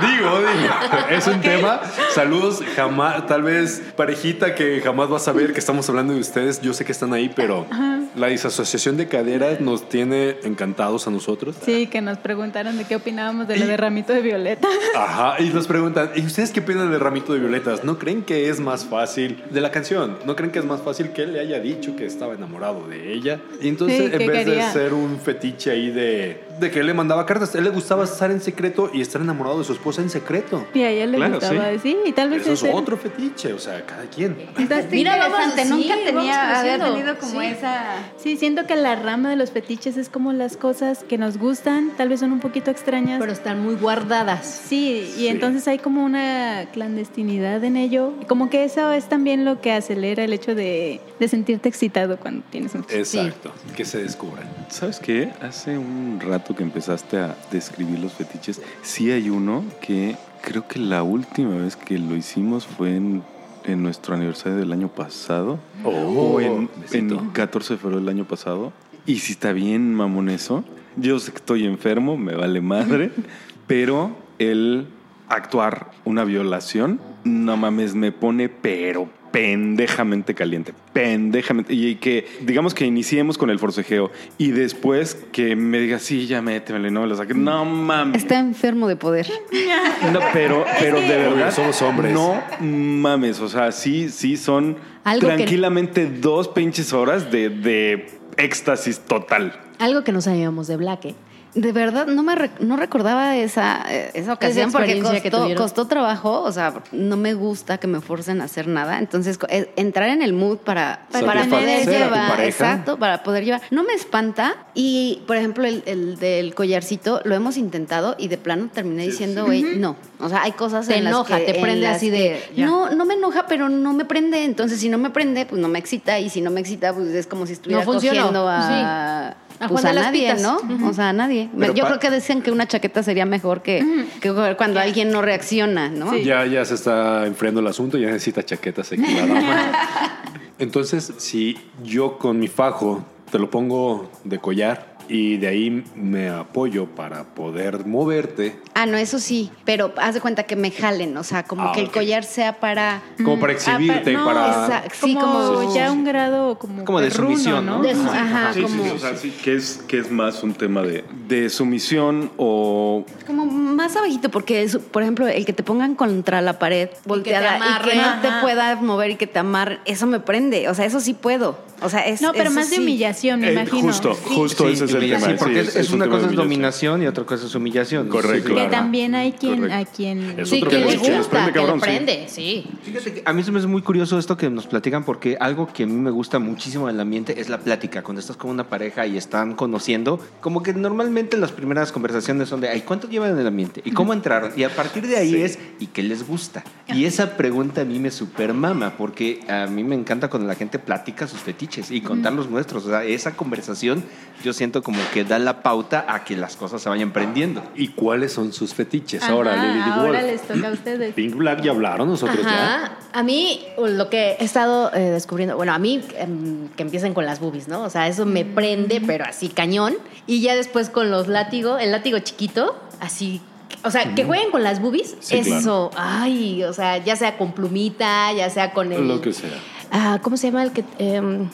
digo, digo, es un tema. Saludos, jamás, tal vez parejita que jamás vas a ver que estamos hablando de ustedes, yo sé que están ahí, pero la disasociación de caderas nos tiene encantados a nosotros. Sí, que nos preguntaron de qué opinábamos de lo de ramito de violeta. *laughs* Ajá, y nos preguntan, ¿y ustedes qué opinan del ramito de violetas? ¿No creen que es más fácil de la canción? ¿No creen que es más fácil que él le haya dicho que estaba enamorado de ella? Y entonces, Sí, en que vez de quería. ser un fetiche ahí de, de que él le mandaba cartas, él le gustaba estar en secreto y estar enamorado de su esposa en secreto. Y a ella le Claro, gustaba, sí. y tal vez Eso es ese- otro fetiche, o sea, cada quien. Está Mira, vamos, interesante. sí, Nunca vamos tenía haber creciendo. tenido como Sí. esa. Sí, siento que la rama de los fetiches es como las cosas que nos gustan, tal vez son un poquito extrañas. Pero están muy guardadas. Sí, y entonces hay como una clandestinidad en ello. Como que eso es también lo que acelera el hecho de, de sentirte excitado cuando tienes Eh, un... Exacto, que se descubran. ¿Sabes qué? Hace un rato que empezaste a describir los fetiches, sí hay uno que creo que la última vez que lo hicimos fue en, en nuestro aniversario del año pasado. Oh, o en, besito. en 14 de febrero del año pasado. Y si está bien, mamón, eso. Yo sé que estoy enfermo, me vale madre. pero el actuar una violación, no mames, me pone pero pendejamente caliente, pendejamente. Y que digamos que iniciemos con el forcejeo y después que me diga, sí, ya métemelo y no me lo saques. No mames. Está enfermo de poder. No, pero, pero de verdad. somos hombres. No mames. O sea, sí, sí son Algo que- tranquilamente dos pinches horas de, de éxtasis total. Algo que no sabíamos de Black. ¿eh? De verdad, no me rec- no recordaba esa, eh, esa ocasión porque experiencia que costó, tuvieron. costó trabajo. O sea, no me gusta que me forcen a hacer nada. Entonces, co- eh, entrar en el mood para, Para para poder satisfacer a tu llevar. pareja. Exacto, para poder llevar. No me espanta. Y, por ejemplo, el, el del collarcito lo hemos intentado y de plano terminé diciendo, güey, no. O sea, hay cosas Te en las enoja, que- te en prende las así de, que- ya. No, no me enoja, pero no me prende. Entonces, si no me prende, pues no me excita. Y si no me excita, pues es como si estuviera funcionó. cogiendo a, Sí. A pues, Juan de a las nadie, Pitas. ¿no? O sea, a nadie. Me- Pero Yo pa- creo que decían que una chaqueta sería mejor que, que coger cuando alguien no reacciona, ¿no? Sí. Ya, ya se está enfriando el asunto, ya necesita chaquetas aquí la dama. Entonces, si yo con mi fajo te lo pongo de collar y de ahí me apoyo para poder moverte, Ah, no, eso sí, pero haz de cuenta que me jalen, o sea, como Ah, que el ok. collar sea para... Ah, como para Ah, exhibirte, no, para... Exacto, sí, como- ya un grado como... Como de perruno, sumisión, ¿no? de- ajá, como, O sea, sí, que es, que es más un tema de, de sumisión o como más abajito, porque, es, por ejemplo, el que te pongan contra la pared volteada y que, amarren. no te Ajá. puedas mover y que te amarren, eso me prende, o sea, eso sí puedo. O sea, es. No, pero eso más de sí. humillación, me Eh, imagino. Justo, justo Sí, ese es el humillación, tema. sí, porque sí, es, es un una tema cosa es de humillación. dominación y otra cosa es humillación. Correcto. Que Claro. también hay quien, Correcto. a quien Es Sí, otro que tema le que les gusta, prende, que le cabrón, sí. prende, sí. Fíjate que a mí se me hace muy curioso esto que nos platican porque algo que a mí me gusta muchísimo del ambiente es la plática. Cuando estás con una pareja y están conociendo, como que normalmente las primeras conversaciones son de, ay, ¿cuánto llevan en el ambiente? ¿Y cómo entraron? Y a partir de ahí es, ¿y qué les gusta? Y esa pregunta a mí me super mama porque a mí me encanta cuando la gente platica sus fetiches y contar los nuestros. O sea, esa conversación yo siento como que da la pauta a que las cosas se vayan prendiendo. ¿Y cuáles son sus fetiches? Ajá, ahora, Lady ahora Wolf. les toca a ustedes. Pink Black ya hablaron nosotros ya. Ajá. A mí, lo que he estado eh, descubriendo, bueno, a mí em, que empiecen con las boobies, ¿no? O sea, eso me Mm. prende, pero así cañón. Y ya después con los látigos, el látigo chiquito, así. O sea, Mm. que jueguen con las boobies, Sí, eso, ay, o sea, ya sea con plumita, ya sea con el. Lo que sea. Ah, ¿Cómo se llama el que.? em,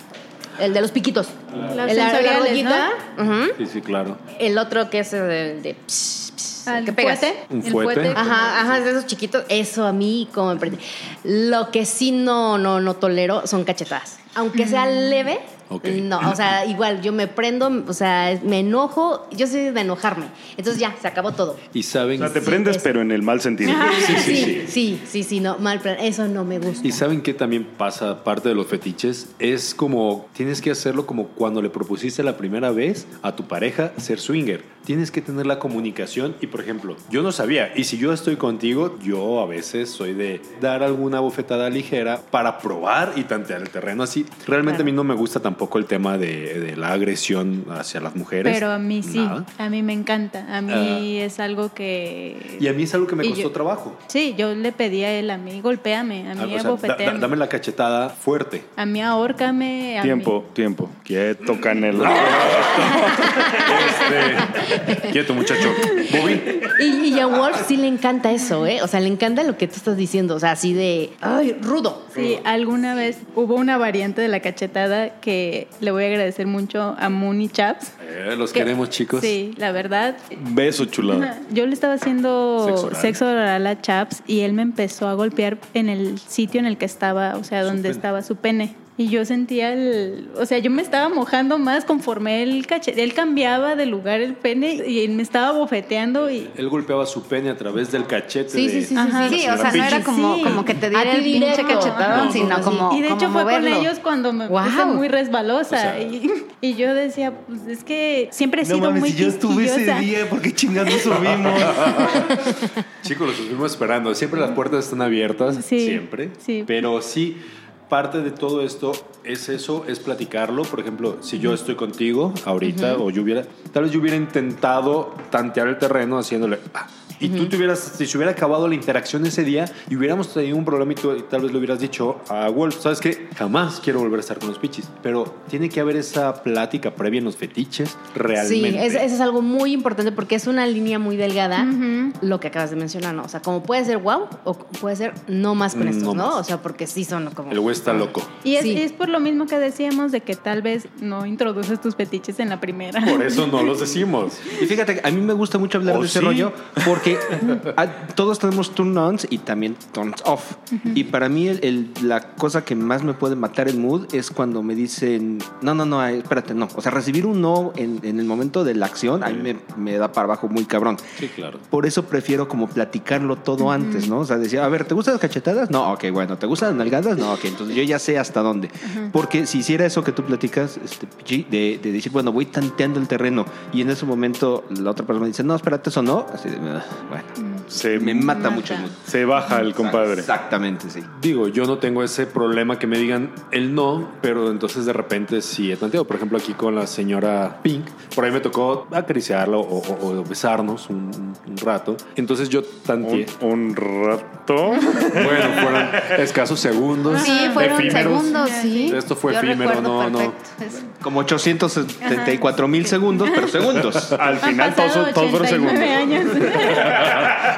el de los piquitos. Los el de la- la sensoriales, argollita. Ujú. Sí, sí, claro. El otro que es el de. de psh, psh, Al que pegas. fuete, Un el fuete. fuete. Ajá, ajá, de esos chiquitos, eso a mí como me prende. Lo que sí no, no, no tolero son cachetadas. Aunque sea leve, Mm. Ok. no, o sea, igual yo me prendo, o sea, me enojo, yo soy de enojarme. Entonces ya, se acabó todo. Y saben, O sea, te prendes, es- pero en el mal sentido. sí, sí, sí, sí. sí, sí, sí, no, mal plan, eso no me gusta. y saben que también pasa parte de los fetiches es como tienes que hacerlo como cuando le propusiste la primera vez a tu pareja ser swinger. Tienes que tener la comunicación y por ejemplo, yo no sabía y si yo estoy contigo, yo a veces soy de dar alguna bofetada ligera para probar y tantear el terreno así. Realmente a mí no me gusta tampoco el tema de, de la agresión hacia las mujeres. Pero a mí sí, Nada. a mí me encanta. A mí es algo que. Y a mí es algo que me Y costó yo- trabajo. Sí, yo le pedí a él, a mí golpéame, a Ah, mí o sea, da- abofetéame, da- dame la cachetada fuerte. a mí ahórcame. a mí- Tiempo, tiempo. Quieto, Canelo. Este, Quieto, muchacho. Bobby. Y, y a Wolf sí le encanta eso, ¿eh? O sea, le encanta lo que tú estás diciendo, o sea, así de, ay, rudo. Sí, alguna vez hubo una variante de la cachetada que le voy a agradecer mucho a Mooney Chaps. Eh, los que- queremos, chicos. Sí, la verdad. Beso chulado. Ajá, Yo le estaba haciendo Sexo sexo oral. oral. a Chaps y él me empezó a golpear en el sitio en el que estaba, o sea, donde estaba su pene. Y yo sentía el. O sea, yo me estaba mojando más conforme él, cache- él cambiaba de lugar el pene y él me estaba bofeteando y. Él golpeaba su pene a través del cachete. Sí, de- sí, sí, sí, Ajá. Sí, o sea, no era como, Sí. como que te diera A ti el pinche directo. cachetadón, No, sino no, como. Y de hecho como fue con moverlo. ellos cuando me Guau. puse muy resbalosa. O sea- y, y yo decía, pues es que siempre he sido muy quisquillosa. ¿por qué chingados subimos? Chicos, los estuvimos esperando. Siempre las puertas están abiertas. Sí, Siempre. sí. Pero sí, parte de todo esto es eso, es platicarlo. Por ejemplo, si yo estoy contigo ahorita o yo hubiera... Tal vez yo hubiera intentado tantear el terreno haciéndole... ah, y tú te hubieras, si se hubiera acabado la interacción ese día y hubiéramos tenido un problema y tú y tal vez le hubieras dicho a Wolf, ¿sabes qué? Jamás quiero volver a estar con los pichis. Pero tiene que haber esa plática previa en los fetiches realmente. Sí, es- eso es algo muy importante porque es una línea muy delgada lo que acabas de mencionar, ¿no? O sea, como puede ser wow o puede ser no más con estos, No ¿no? más. O sea, porque sí son como... El güey está loco. Y es, Sí. y es por lo mismo que decíamos de que tal vez no introduces tus fetiches en la primera. Por eso no los decimos. Y fíjate, que a mí me gusta mucho hablar ¿O de ese sí? rollo porque a- todos tenemos turn ons y también turns off. Y para mí el- el- la cosa que más me puede matar el mood es cuando me dicen, no, no, no, ay, espérate, no. O sea, recibir un no en, en el momento de la acción a mí me, me da para abajo muy cabrón. Sí, claro. Por eso prefiero como platicarlo todo antes, ¿no? O sea, decir, a ver, ¿te gustan las cachetadas? No, ok, bueno, ¿te gustan las nalgadas? No, ok, entonces yo ya sé hasta dónde. Porque si hiciera eso que tú platicas, este, Pichi, de, de decir, bueno, voy tanteando el terreno y en ese momento la otra persona dice, no, espérate, eso no, así de, "Ah, bueno, Se, me mata, Mata. mucho el mood. se baja el compadre. Exactamente, sí. Digo, yo no tengo ese problema que me digan el no, pero entonces de repente sí he tanteado. Por ejemplo, aquí con la señora Pink, por ahí me tocó acariciarlo o, o- o besarnos un, un- un rato. Entonces yo Un, tanteé. un rato. Bueno, fueron escasos segundos. Sí, fueron efímeros. segundos, sí. Esto fue Yo efímero, recuerdo no, no. perfecto eso. Como 874 mil segundos, pero segundos. Al *laughs* Han final todos pasado son- todos fueron 89 segundos. años.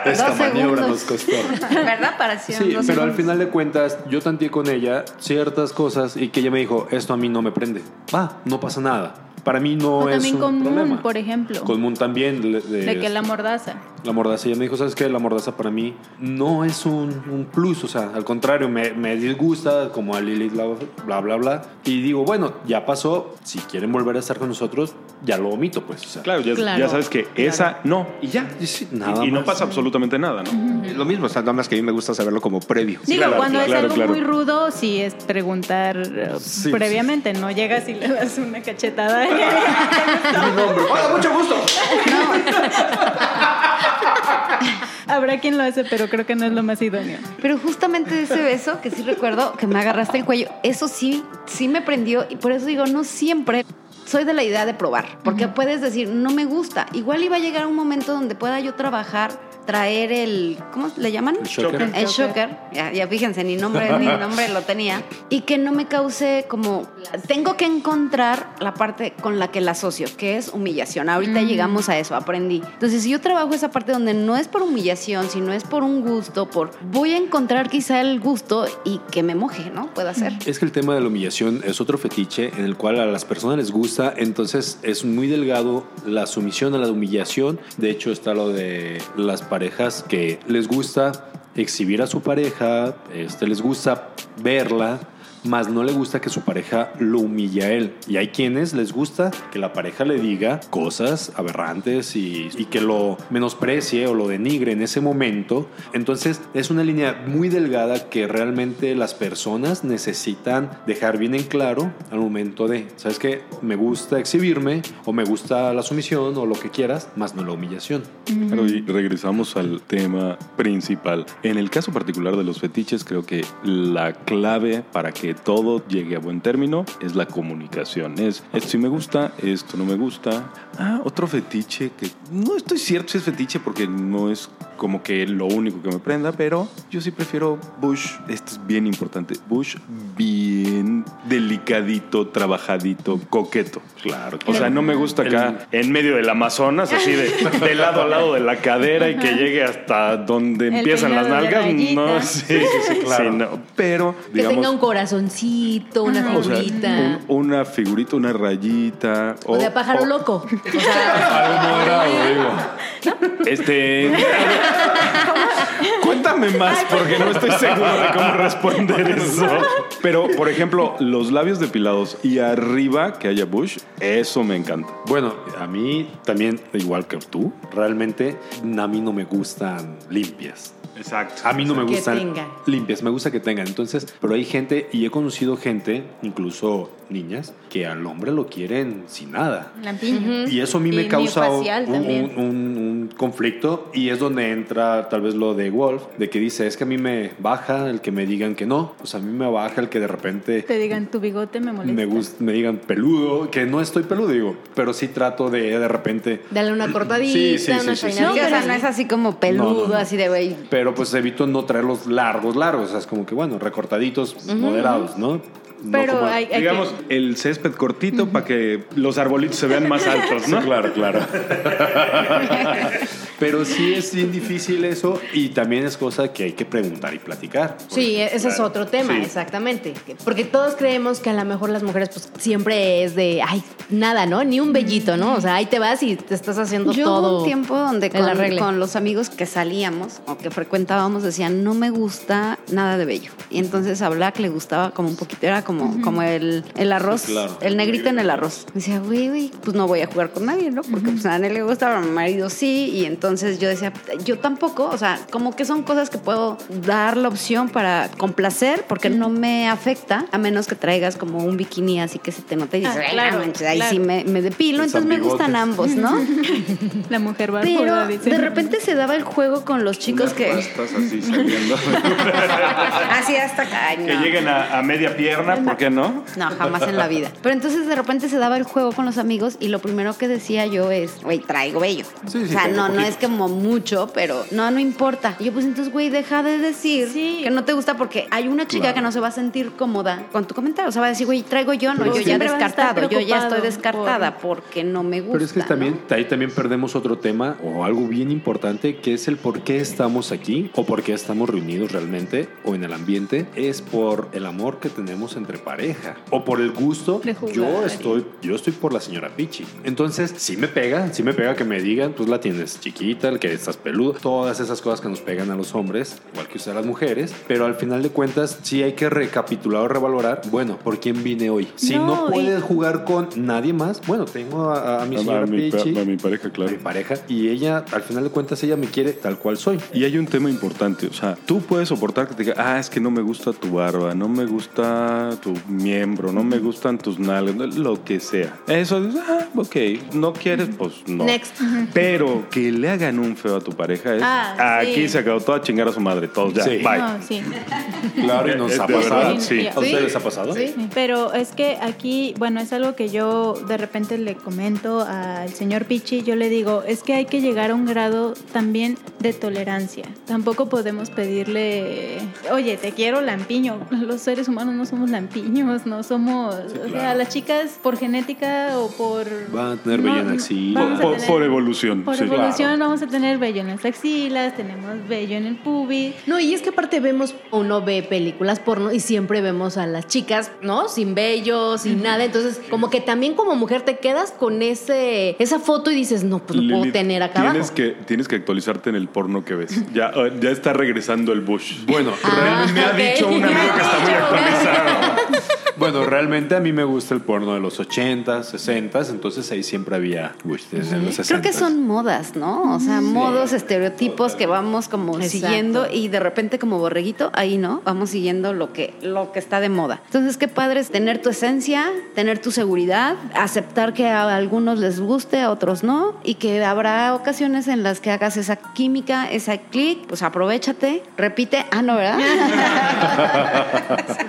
Esta Dos maniobra segundos. nos costó. ¿Verdad? Parecían Sí, dos pero al segundos. final de cuentas yo tanteé con ella ciertas cosas y que ella me dijo, esto a mí no me prende. Va, no pasa nada. Para mí no O es también un con Moon, problema. por ejemplo. Con Moon también. le- de- de que la mordaza. La mordaza. Y ella me dijo, ¿sabes qué? La mordaza para mí no es un, un plus. O sea, al contrario, me, me disgusta como a Lilith, bla, bla, bla, bla. Y digo, bueno, ya pasó. Si quieren volver a estar con nosotros, ya lo omito, pues. O sea, Claro, ya, Claro, ya sabes que claro. esa no. Y ya. Y sí, Y- nada y, no más. pasa absolutamente nada, ¿no? Lo mismo, o sea, nada más que a mí me gusta saberlo como previo. Digo, claro, cuando claro, es algo claro. muy rudo, sí es preguntar eh, Sí, previamente, no llegas y le das una cachetada. *laughs* Hola, mucho gusto. Habrá quien lo hace, pero creo que no es lo más idóneo. Pero justamente ese beso, que sí recuerdo, que me agarraste el cuello, eso sí, sí me prendió y por eso digo, no siempre soy de la idea de probar, porque puedes decir, no me gusta. Igual iba a llegar un momento donde pueda yo trabajar, traer el, ¿cómo le llaman? El shocker. El shocker, ya, ya fíjense, ni nombre, *laughs* ni nombre lo tenía, y que no me cause como, tengo que encontrar la parte con la que la asocio, que es humillación. Mm. Ahorita llegamos a eso, aprendí. Entonces, si yo trabajo esa parte donde no es por humillación, sino es por un gusto, por voy a encontrar quizá el gusto y que me moje, ¿no? Pueda ser. Es que el tema de la humillación es otro fetiche en el cual a las personas les gusta, entonces es muy delgado la sumisión a la humillación. De hecho está lo de las parejas que les gusta exhibir a su pareja, este, les gusta verla, más no le gusta que su pareja lo humilla a él. Y hay quienes les gusta que la pareja le diga cosas aberrantes y, y que lo menosprecie o lo denigre en ese momento. Entonces es una línea muy delgada que realmente las personas necesitan dejar bien en claro al momento de, ¿sabes qué? Me gusta exhibirme o me gusta la sumisión o lo que quieras, más no la humillación. Claro, y regresamos al tema principal. En el caso particular de los fetiches, creo que la clave para que todo llegue a buen término es la comunicación. Es esto sí me gusta, esto no me gusta. Ah, otro fetiche que no estoy cierto si es fetiche porque no es como que lo único que me prenda, pero yo sí prefiero Bush. Esto es bien importante. Bush bien delicadito, trabajadito, coqueto. Claro. O sea, no me gusta acá en medio del Amazonas, así *laughs* de, de lado a lado de la cadera y que llegue hasta donde El empiezan las peinado de nalgas. No, *laughs* rayita. sí, sí, claro. no. Pero, Que digamos, tenga un corazoncito, una o sea, figurita. un- una figurita, una rayita. o, de pájaro o- *laughs* loco. O sea, *laughs* Este. *laughs* Cuéntame más, porque no estoy seguro de cómo responder eso. *laughs* Pero, por ejemplo, los labios depilados y arriba que haya bush, eso me encanta. *laughs* Bueno, a mí también, igual que tú, realmente a mí no me gustan limpias. Exacto. A mí no me Que gustan tengan. limpias, me gusta que tengan. Entonces, pero hay gente, y he conocido gente, incluso niñas, que al hombre lo quieren sin nada. Lampiño. Y eso a mí me Y causa un, miofacial también. un- un- un conflicto y es donde entra tal vez lo de Wolf, de que dice, es que a mí me baja el que me digan que no, pues a mí me baja el que de repente Te digan, tu bigote me molesta. me, gust- me digan peludo, que no estoy peludo, digo, pero sí trato de de repente... dale una cortadita, Sí, sí, sí, una sí, sí. No, peinadita. o sea, no es así como peludo, No, no, no. así de güey. Pero pues evito no traerlos largos, largos, o sea, es como que bueno, recortaditos, moderados, ¿no? No Pero como- hay, hay que- Digamos, el césped cortito para que los arbolitos se vean más altos, ¿no? claro, claro. *laughs* Pero sí es bien difícil eso y también es cosa que hay que preguntar y platicar. Sí, ese es otro tema, Sí. exactamente. Porque todos creemos que a lo mejor las mujeres pues siempre es de, ay, nada, ¿no? Ni un bellito, ¿no? O sea, ahí te vas y te estás haciendo Yo todo. hubo un tiempo donde el con, arregle. con los amigos que salíamos o que frecuentábamos decían no me gusta nada de bello. Y entonces a Black le gustaba como un poquito, era como, como el, el arroz, Sí, claro. el negrito en el arroz. Me decía, güey, güey, pues no voy a jugar con nadie, ¿no? Porque pues, a nadie le gusta, a mi marido sí. Y entonces yo decía, yo tampoco, o sea, como que son cosas que puedo dar la opción para complacer porque no me afecta a menos que traigas como un bikini así que se te note y dices, Ah, "Ay, no claro, manches, ahí claro. sí me, me depilo, El entonces me gustan ambos, zambigotes. ¿no? la mujer va Pero a de repente se daba el juego con los chicos que. Estás así saliendo. *laughs* Así hasta acá. ay, *laughs* que no. lleguen a, a media pierna, ¿por qué no? No, jamás en la vida. Pero entonces de repente se daba el juego con los amigos y lo primero que decía yo es, güey, traigo bello. Sí, sí, o sea, traigo no, no poquito. es como mucho, pero no, no importa. Y yo pues entonces, güey, deja de decir Sí. que no te gusta porque hay una chica que no se va a sentir cómoda con tu comentario. O sea, va a decir, güey, traigo yo, no, Pero yo es ya que- descartado, yo ya Siempre estoy vas a estar descartada porque no me gusta. Pero es que también, ¿no? ahí también perdemos otro tema o algo bien importante que es el por qué estamos aquí o por qué estamos reunidos realmente o en el ambiente. Es por el amor que tenemos entre pareja o por el gusto. De jugar. Yo estoy, yo estoy por la señora Pichi. Entonces, si me pega, si me pega que me digan, pues la tienes chiquita, rayita, el que estás peludo, todas esas cosas que nos pegan a los hombres, igual que usted a las mujeres, pero al final de cuentas sí hay que recapitular o revalorar, bueno, ¿por quién vine hoy? Si no, No, y- puedes jugar con nadie más, bueno, tengo a, a mi a, señora mi, Pichi, pa- a mi pareja, a claro. mi pareja, y ella, al final de cuentas, ella me quiere tal cual soy. Y hay un tema importante, o sea, tú puedes soportar que te diga, ah, es que no me gusta tu barba, no me gusta tu miembro, no me gustan tus nalgas, no- lo que sea. Eso es, ah, ok, no quieres, pues no. Next. Pero que le hagan un feo a tu pareja es, Ah, aquí sí. se acabó todo a chingar a su madre, todos ya, Sí. bye. No, sí. Claro, y nos Es ha de verdad, pasado. sí. ¿A ustedes les ha pasado? Pero es que aquí, bueno, es algo que yo de repente le comento al señor Pichi, yo le digo, es que hay que llegar a un grado también de tolerancia. Tampoco podemos pedirle, oye, te quiero lampiño. *laughs* Los seres humanos no somos lampiños, no somos... O sea, las chicas por genética o por... Van a tener no, vello en no, axila. vamos a Por, tener- por evolución. Por sí. evolución vamos a tener vello en las axilas, tenemos vello en el pubis. No, y es que aparte vemos, uno ve películas porno y siempre vemos a las chicas, ¿no? Sin vello, sin nada. Entonces, como que también como mujer te quedas con ese esa foto y dices, no, pues lo puedo Lili, tener acá tienes abajo. Que, tienes que actualizarte en el porno que ves. Ya, eh, ya está regresando el Bush. Bueno, Ah, realmente- ok. Bueno, realmente a mí me gusta el porno de los 80s, 60s, entonces ahí siempre había Bush desde los 60s. Creo que son modas, ¿no? O sea, modos, estereotipos que vamos como Exacto. siguiendo y de repente como borreguito, ahí no, vamos siguiendo lo que, lo que está de moda. Entonces, qué padre es tener tu esencia, tener tu seguridad, aceptar que a algunos les guste, a otros no, y que habrá ocasiones en las que hagas esa química, esa clic, pues aprovechate, repite, ah, no, ¿verdad?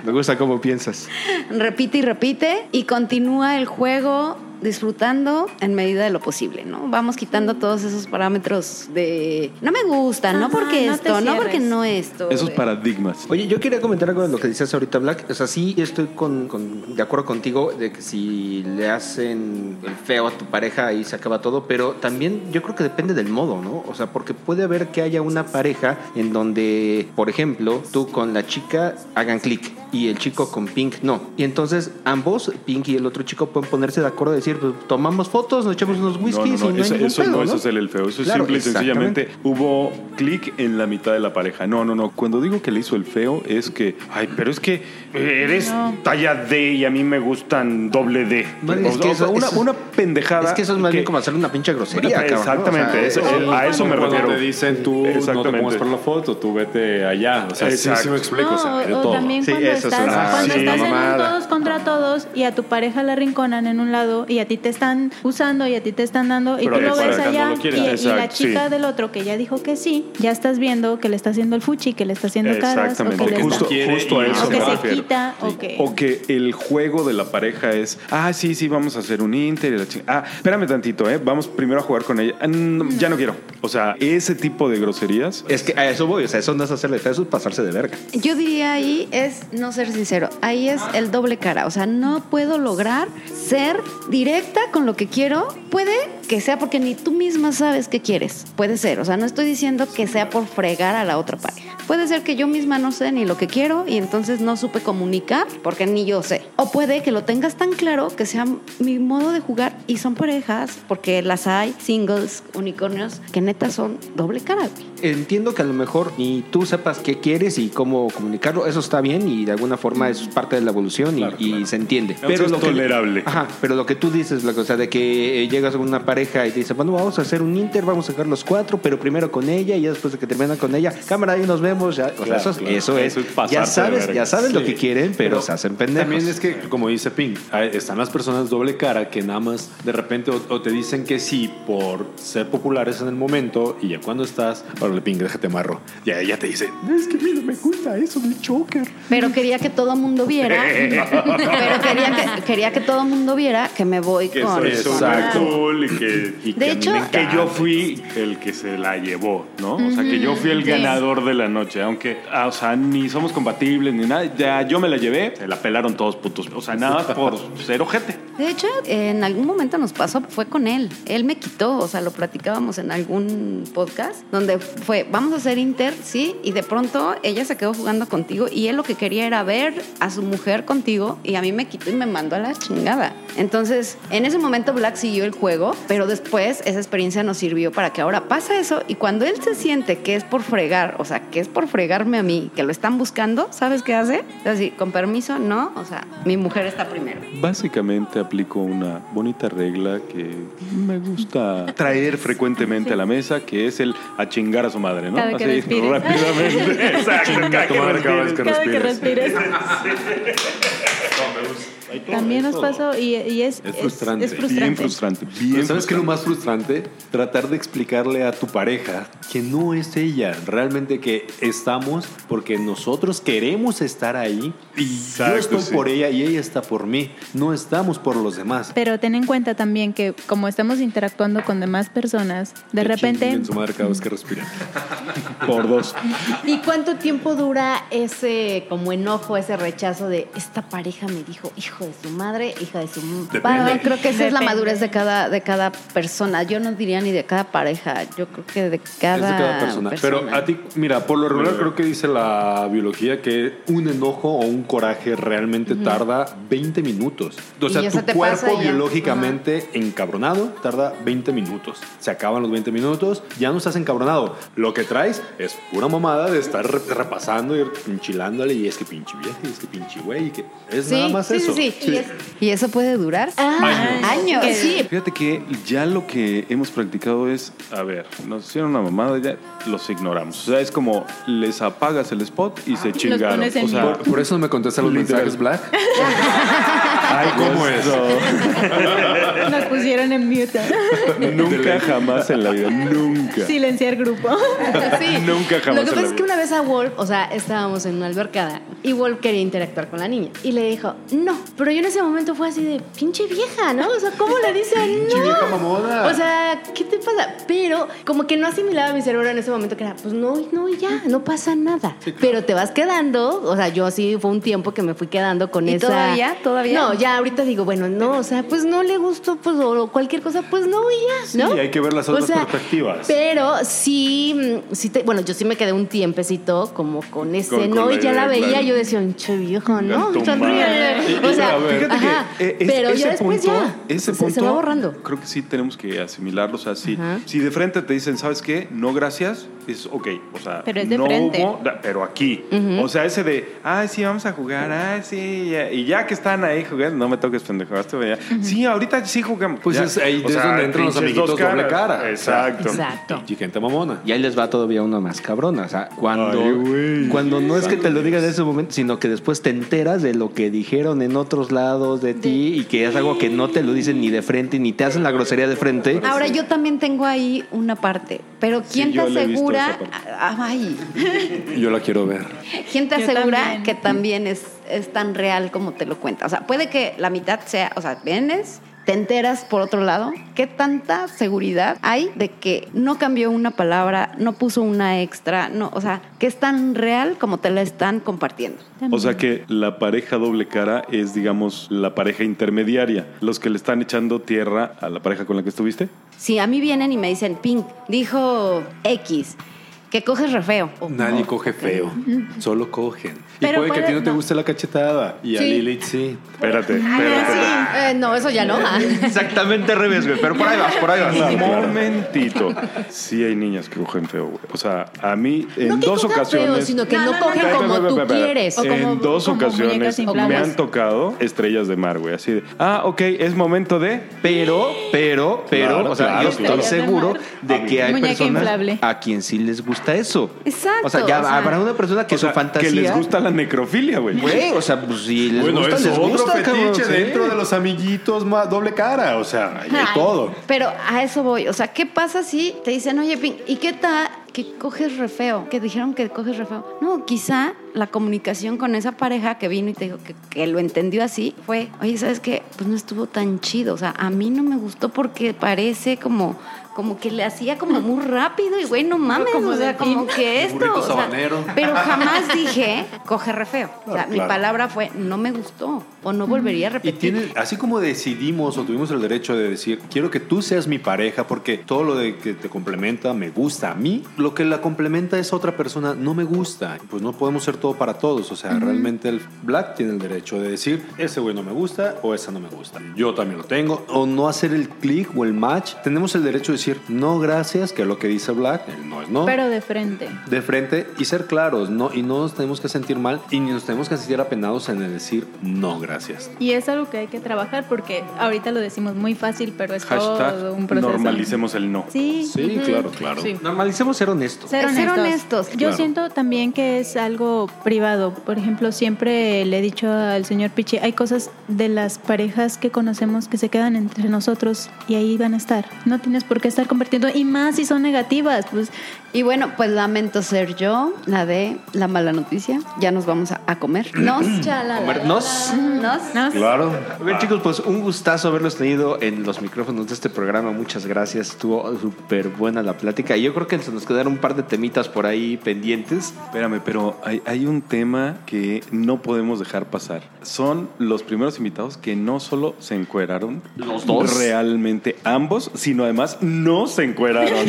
Me gusta cómo piensas. repite y repite y continúa el juego disfrutando en medida de lo posible, ¿no? Vamos quitando todos esos parámetros de no me gusta, no Ajá, porque no te esto, no cierres. porque no esto. Esos de- paradigmas. Oye, yo quería comentar algo de lo que dices ahorita, Black. O sea, sí estoy con, con- de acuerdo contigo de que si le hacen el feo a tu pareja ahí se acaba todo, pero también yo creo que depende del modo, ¿no? O sea, porque puede haber que haya una pareja en donde, por ejemplo, tú con la chica hagan clic y el chico con Pink no. Y entonces ambos, Pink y el otro chico, pueden ponerse de acuerdo y decir, pues tomamos fotos, nos echamos unos No, whiskies no, y no, no eso, hay ningún eso pedo, no, ¿no? eso es el, el feo. Eso Claro, es simple y exactamente. sencillamente hubo clic en la mitad de la pareja. No, no, no. Cuando digo que le hizo el feo es que, ay, pero es que eres No. talla D y a mí me gustan doble D. No, es O- que o sea, eso- una, eso- una pendejada. Es que eso es más que- bien como hacerle una pinche grosería. cabrón, ¿no? O sea, Exactamente, es- eso- el- a eso me Cuando refiero. te dicen tú no te Exactamente. pongas para la foto, tú vete allá. O sea, sí, sí, Exacto. me explico. o sea, No, de o, o todo. también Sí, cuando eso es estás, una- cuando sí, estás en mamada. un todos contra todos y a tu pareja la rinconan en un lado y a ti te están usando y a ti te están dando y Pero tú la lo ves pareja no allá lo y, quiere. y la Exacto, chica sí. del otro que ya dijo que sí, ya estás viendo que le está haciendo el fuchi, que le está haciendo caras o que, Exactamente. le está- Justo, quiere justo a y eso o que me se refiero. quita o Sí. que- O que el juego de la pareja es, ah, sí, sí, vamos a hacer un Inter. y la ching- Ah, espérame tantito, ¿eh? Vamos primero a jugar con ella. Ah, no, Ya no quiero. O sea, ese tipo de groserías. Es que a eso voy, o sea, eso no es hacerle feo, eso es pasarse de verga. Yo diría ahí es no ser sincero, ahí es el doble cara, o sea, no puedo lograr ser directa con lo que quiero, puede que sea porque ni tú misma sabes qué quieres, puede ser, o sea, no estoy diciendo que sea por fregar a la otra pareja, puede ser que yo misma no sé ni lo que quiero y entonces no supe comunicar porque ni yo sé, o puede que lo tengas tan claro que sea mi modo de jugar y son parejas, porque las hay, singles, unicornios, que neta son doble cara. güey. Entiendo que a lo mejor ni tú sepas qué quieres y cómo comunicarlo, eso está bien y de alguna forma es parte de la evolución y, y se entiende. es tolerable. Ajá, pero lo que tú dices, la cosa de que eh, llegas a una pareja y te dice, bueno, vamos a hacer un inter, vamos a sacar los cuatro, pero primero con ella y ya después de que terminan con ella, cámara, ahí nos vemos. Ya. O sea, Claro, eso, es- claro. eso es, Eso es pasarse ya de sabes, verga. ya sabes lo Sí. que quieren, pero, se hacen pendejos. También es que, como dice Pink, hay- están las personas doble cara que nada más de repente o, o te dicen que sí por ser populares en el momento y ya cuando estás, órale Pink, déjate marro. Ya, ya te dicen, es que mira, me gusta eso del choker. Pero quería que todo mundo viera. pero quería que, quería que todo mundo viera que me voy Que con. soy con- súper cool y que, y De que, a mí hecho- me encanta. que yo fui el que se la llevó, ¿no? O sea, que yo fui el ganador de la noche, aunque, ah, o sea, ni somos compatibles ni nada. Ya yo me la llevé, se la pelaron todos putos. O sea, nada más *laughs* por ser ojete. De hecho, en algún momento nos pasó, fue con él. Él me quitó, o sea, lo platicábamos en algún podcast donde fue, vamos a hacer Inter, sí, y de pronto ella se quedó jugando contigo y él lo que quería era ver a su mujer contigo y a mí me quitó y me mandó a la chingada. Entonces, en ese momento Black siguió el juego, pero después esa experiencia nos sirvió para que ahora pasa eso y cuando él se siente que es por fregar, o sea, que es por fregarme a mí, que lo están buscando, ¿sabes qué hace? Es así, con permiso, no, o sea, mi mujer está primero. Básicamente aplico una bonita regla que me gusta traer frecuentemente a la mesa, que es el a chingar a su madre, ¿no? Cada que Así, respires. rápidamente. *laughs* Exacto, cada que respires. Cada que respires. También nos pasó y, y es, Es frustrante. es Bien frustrante. frustrante. Pero Bien ¿Sabes qué es lo más frustrante? Tratar de explicarle a tu pareja que no es ella, realmente que estamos porque nosotros queremos estar ahí y Exacto, yo estoy sí. por ella y ella está por mí, no estamos por los demás. Pero ten en cuenta también que como estamos interactuando con demás personas, de Que repente chinguen su madre cada vez que respira. por dos. ¿Y cuánto tiempo dura ese como enojo, ese rechazo de esta pareja me dijo hijo de su madre, hija de su Bueno, padre? creo que esa es la Depende. madurez de cada, de cada persona. Yo no diría ni de cada pareja, yo creo que de cada, es de cada persona. Pero a ti, mira, por lo regular creo que dice la biología que un enojo o un coraje realmente tarda 20 minutos. O Y sea, ya tu se te cuerpo pasa y ya. biológicamente encabronado tarda 20 minutos. Se acaban los 20 minutos, ya no estás encabronado. Lo que traes es pura mamada de estar re- repasando y enchilándole y es que pinche vieja y es que pinche güey y que es Sí, nada más sí, eso. sí, sí. Y, es- y eso puede durar Ah, años. que- Sí. Fíjate que ya lo que hemos practicado es, a ver, nos hicieron una mamada, ya los ignoramos. O sea, es como les apagas el spot y se chingaron. pones en o *laughs* sea, Por eso no me contestan los Literal. mensajes black. Ah, Ay, ¿cómo es? *laughs* nos pusieron en mute. nunca jamás en la vida, nunca. Silenciar grupo. Sí. Nunca jamás Lo en la que pasa es que vida. una vez a Wolf, o sea, estábamos en una albercada y Wolf quería interactuar con la niña y le dijo, no, pero yo en ese momento fue así de pinche vieja, ¿no? O sea, ¿cómo le dice Pinche no? vieja mamona. O sea, ¿qué te pasa? Pero como que no asimilaba mi cerebro en ese momento que era, pues no, y no, y ya, no pasa nada. Pero te vas quedando, o sea, yo sí fue un tiempo que me fui quedando con ¿Y esa. todavía? ¿Todavía? No, ya ahorita digo, bueno, no, o sea, pues no le gustó, pues o cualquier cosa, pues no, y ya, ¿no? Sí, hay que ver las O otras sea, perspectivas. Pero sí, mm, sí te- bueno, yo sí me quedé un tiempecito como con ese, Con- con ¿no? la y ya la idea, veía, claro. yo decía, che viejo, ¿no? Tanto Sonríe. mal. O sea, A ver, fíjate ajá, que, eh, es- pero ya después punto, ya ese se, se va punto borrando. Creo que sí tenemos que asimilarlo. O sea, si, Ajá. si de frente te dicen, ¿sabes qué? No, gracias, es ok. O sea, Pero es de no frente. hubo, da- pero aquí. O sea, ese de, ay, sí, vamos a jugar, ay, sí. ya". Y ya que están ahí jugando, no me toques pendejo. hasta ya. Sí, ahorita sí jugamos. Pues Ya. es ahí O es sea, donde entran los pinches amiguitos dos doble caras. cara. Exacto. Exacto. Y gente mamona. Y ahí les va todavía una más cabrona. O sea, cuando, Ay, güey. cuando no es que te lo digan en ese momento, sino que después te enteras de lo que dijeron en otros lados de ti y que es algo que no te lo dicen ni de frente, ni te hacen la grosería de frente. Ahora yo también tengo ahí una parte, pero ¿quién te yo la he visto asegura? esa parte. Ah, Ay, *laughs* Yo la quiero ver. ¿quién te Yo asegura también. que también es, es tan real como te lo cuenta? O sea, puede que la mitad sea, o sea, vienes, te enteras por otro lado, ¿qué tanta seguridad hay de que no cambió una palabra, no puso una extra, no, o sea, que es tan real como te la están compartiendo? O sea que la pareja doble cara es, digamos, la pareja intermediaria. Los que le están echando tierra a la pareja con la que estuviste. Si a mí vienen y me dicen, Pink, dijo X, que coges re feo. O- Nadie o- coge feo, solo cogen. Y Pero puede que a puede- ti no te no. guste la cachetada. Y a Sí. Lilith sí. Espérate, espérate. Eh, no, eso ya no. ah. Exactamente al revés, güey. Pero por ahí vas, por ahí vas. Un momentito. Sí hay niñas que cogen feo, güey. O sea, a mí en no que dos cojan feo, ocasiones... sino que No, no, no, no, cogen Espera, como espera, tú espera, espera. quieres. O en como- dos como ocasiones muñecas me inflables. han tocado estrellas de mar, güey. Así de, ah, ok, es momento de. Pero, pero, pero, Claro, o sea, claro, yo estoy claro. seguro de que hay Muñeca personas inflable. a quien sí les gusta eso. Exacto, O sea, ya o sea, habrá una persona que o sea, su fantasía. Que les gusta la necrofilia, güey. Güey, o sea, pues, si les gusta, les gusta, cabrón, sí. los amiguitos más doble cara. O sea, hay de Ay, Pero a eso voy. O sea, ¿qué pasa si te dicen, oye, Pink, ¿y qué tal que coges re feo? Que dijeron que coges re feo. No, quizá la comunicación con esa pareja que vino y te dijo que, que lo entendió así fue, oye, ¿sabes qué? Pues no estuvo tan chido. O sea, a mí no me gustó porque parece como, como que le hacía como muy rápido y güey, no mames. Como o sea, de como que esto. Un burrito o sea, sabanero. pero jamás dije, coge re feo. o sea, Claro, mi claro. palabra fue, no me gustó o no volvería a Y repetir. tiene, así como decidimos o tuvimos el derecho de decir, quiero que tú seas mi pareja porque todo lo de que te complementa me gusta a mí, lo que la complementa es otra persona, no me gusta. Pues no podemos ser todo para todos. O sea, realmente el Black tiene el derecho de decir, ese güey no me gusta o esa no me gusta. Yo también lo tengo. O no hacer el click o el match. Tenemos el derecho de decir, no, gracias, que lo que dice Black eh, no es no Pero de frente. de frente y ser claros, ¿no? Y no nos tenemos que sentir mal y ni nos tenemos que sentir apenados en el decir no, gracias. Y es algo que hay que trabajar porque ahorita lo decimos muy fácil, pero es todo un Hashtag proceso. normalicemos el no. Sí. Sí, claro, claro. Sí. Normalicemos ser honestos. Ser Ser honestos. honestos, Yo claro. siento también que es algo privado. Por ejemplo, siempre le he dicho al señor Pichi, hay cosas de las parejas que conocemos que se quedan entre nosotros y ahí van a estar. No tienes por qué estar compartiendo. Y más si son negativas. Pues Y bueno, pues lamento ser yo, la de la mala noticia. Ya nos vamos a, a comer. *clears throat* Nos, chala. Comernos. Nos. no Claro. A ver, chicos, pues un gustazo haberlos tenido en los micrófonos de este programa. Muchas gracias. Estuvo súper buena la plática. Y yo creo que se nos quedaron un par de temitas por ahí pendientes. Espérame, pero hay, hay un tema que no podemos dejar pasar. Son los primeros invitados que no solo se encueraron. Los dos? Realmente ambos, sino además no se encueraron.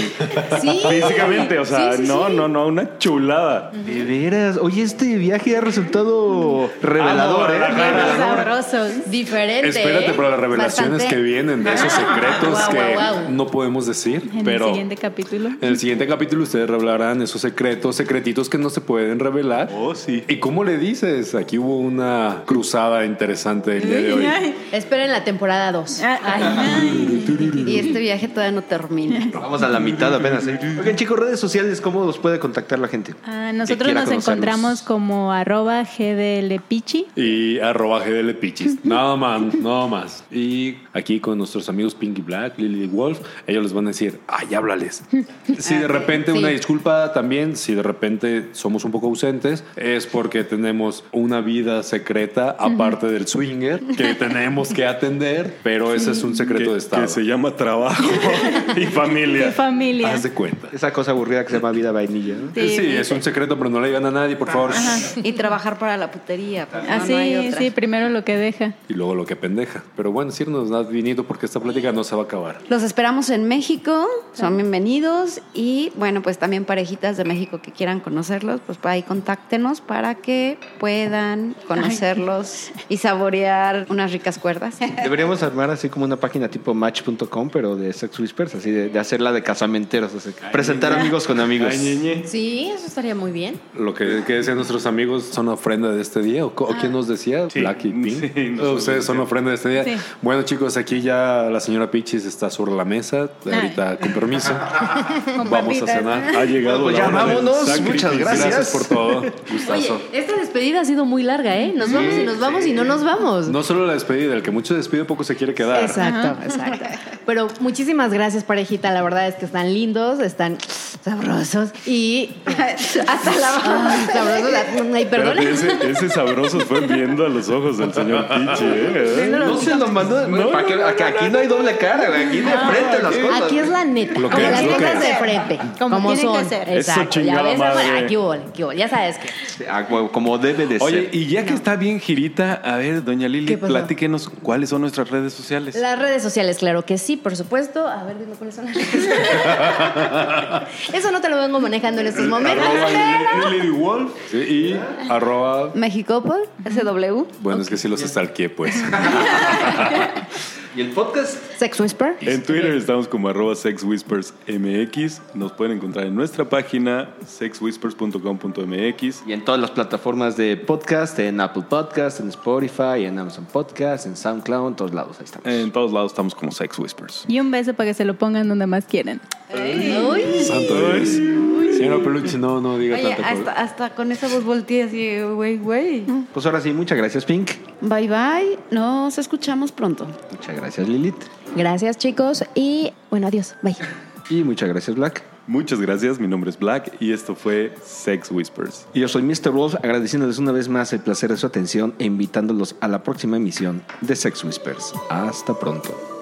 Sí. Físicamente, o sea, Sí, sí, no, sí. no, no, una chulada. De veras. Oye, este viaje ha resultado revelador, Ah, no, ¿eh? Guadalajara. Sabrosos. Diferente. Espérate ¿eh? para las revelaciones Bastante. que vienen, de esos secretos Guau, que guau, guau. no podemos decir, en pero el siguiente capítulo. en el siguiente capítulo ustedes revelarán esos secretos, secretitos que no se pueden revelar. Oh, sí. ¿Y cómo le dices? Aquí hubo una cruzada interesante el día de hoy. Esperen la temporada 2. Ah. *laughs* Y este viaje todavía no termina. Vamos a la mitad apenas, ¿eh? Oigan, chicos, redes sociales, ¿cómo los puede contactar la gente? Ah, Que nosotros quiera nos conocerlos. encontramos como arroba gdlpichi. Y arroba GDL Pichis. Nada más, nada más. Y aquí con nuestros amigos Pinky Black, Lily Wolf, ellos les van a decir, ay, háblales. Si de repente sí. una disculpa también, si de repente somos un poco ausentes, es porque tenemos una vida secreta aparte del swinger que tenemos que atender, pero ese es un secreto de Que, Estado. que se llama trabajo y Mi familia. familia. Haz Ah, de cuenta. Esa cosa aburrida que se llama vida vainilla. ¿no? Sí, Sí, es un secreto, pero no le digan a nadie, por favor. Y trabajar para la putería. pues, no, no hay Así, otra. sí, primero lo que deja. Y luego lo que pendeja. Pero bueno, sí nos das vinito porque esta plática no se va a acabar. Los esperamos en México, son bienvenidos y bueno, pues también parejitas de México que quieran conocerlos, pues por ahí contáctenos para que puedan conocerlos y saborear unas ricas cuerdas. Deberíamos armar así como una página tipo match.com, pero de sex whispers, así de, de hacerla de casamenteros. así. Presentar amigos con amigos. Sí, eso estaría muy bien. Lo que, que decían nuestros amigos son ofrenda de este día. ¿O, co- quién nos decía? Sí. Black y Pink. Sí, nos lo Ustedes son decían. ofrenda de este día. Sí. Bueno, chicos, aquí ya la señora Pichis está sobre la mesa. Ahorita, con permiso, vamos a papitas. cenar. Ha llegado Pues la ya hora del vámonos. sacrificio. Muchas gracias. Gracias por todo. Oye, Gustazo. esta despedida ha sido muy larga, ¿eh? Nos vamos y nos vamos y no nos vamos. No solo la despedida, el que mucho despide poco se quiere quedar. Exacto, exacto. Pero muchísimas gracias, parejita. La verdad es que están lindos, están sabrosos y hasta la Ay, sabrosos. Ay, perdón. Espérate, ese, ese sabroso fue viendo a los ojos del señor Pichi, ¿eh? No se lo mandó. ¿para qué? Acá- aquí no hay doble cara, güey. Aquí de frente las cosas. Aquí es la neta, Lo que como es, las lo que cosas es. de frente, Como como, tienen que son. ser. Eso, Exacto. ya chingada ves, Ah, madre. bueno, aquí huele, aquí huele. Ya sabes que Ah, güey, como debe de Oye, ser. y ya que está bien girita, a ver, doña Lili, ¿Qué pasó? platíquenos cuáles son nuestras redes sociales. Las redes sociales, claro que sí, por supuesto. A ver, dime cuáles son las redes sociales. *laughs* Eso no te lo vengo manejando en estos momentos. Arroba pero- Lily- Lily Wolf sí, y arroba. Mexicopol, SW. Bueno, es que sí los *laughs* estalqué, pues. Y, el podcast. Sex Whisper. En Twitter estamos como arroba sexwhispersmx. Nos pueden encontrar en nuestra página sexwhispers.com.mx. Y en todas las plataformas de podcast, en Apple Podcast, en Spotify, en Amazon Podcast, en SoundCloud, en todos lados. Ahí estamos. En todos lados estamos como Sex Whispers. Y un beso para que se lo pongan donde más quieran. Uy. Santo Dios. Señora Peluche, no, no diga Oye, tanta cosa. hasta, hasta con esa voz volteé así, güey, güey. Pues ahora sí, muchas gracias, Pink. Bye bye, nos escuchamos pronto. Muchas gracias, Lilith. Gracias, chicos. Y bueno, adiós. Bye. Y muchas gracias, Black. Muchas gracias, mi nombre es Black y esto fue Sex Whispers. Y Yo soy Mr. Wolf, agradeciéndoles una vez más el placer de su atención e invitándolos a la próxima emisión de Sex Whispers. Hasta pronto.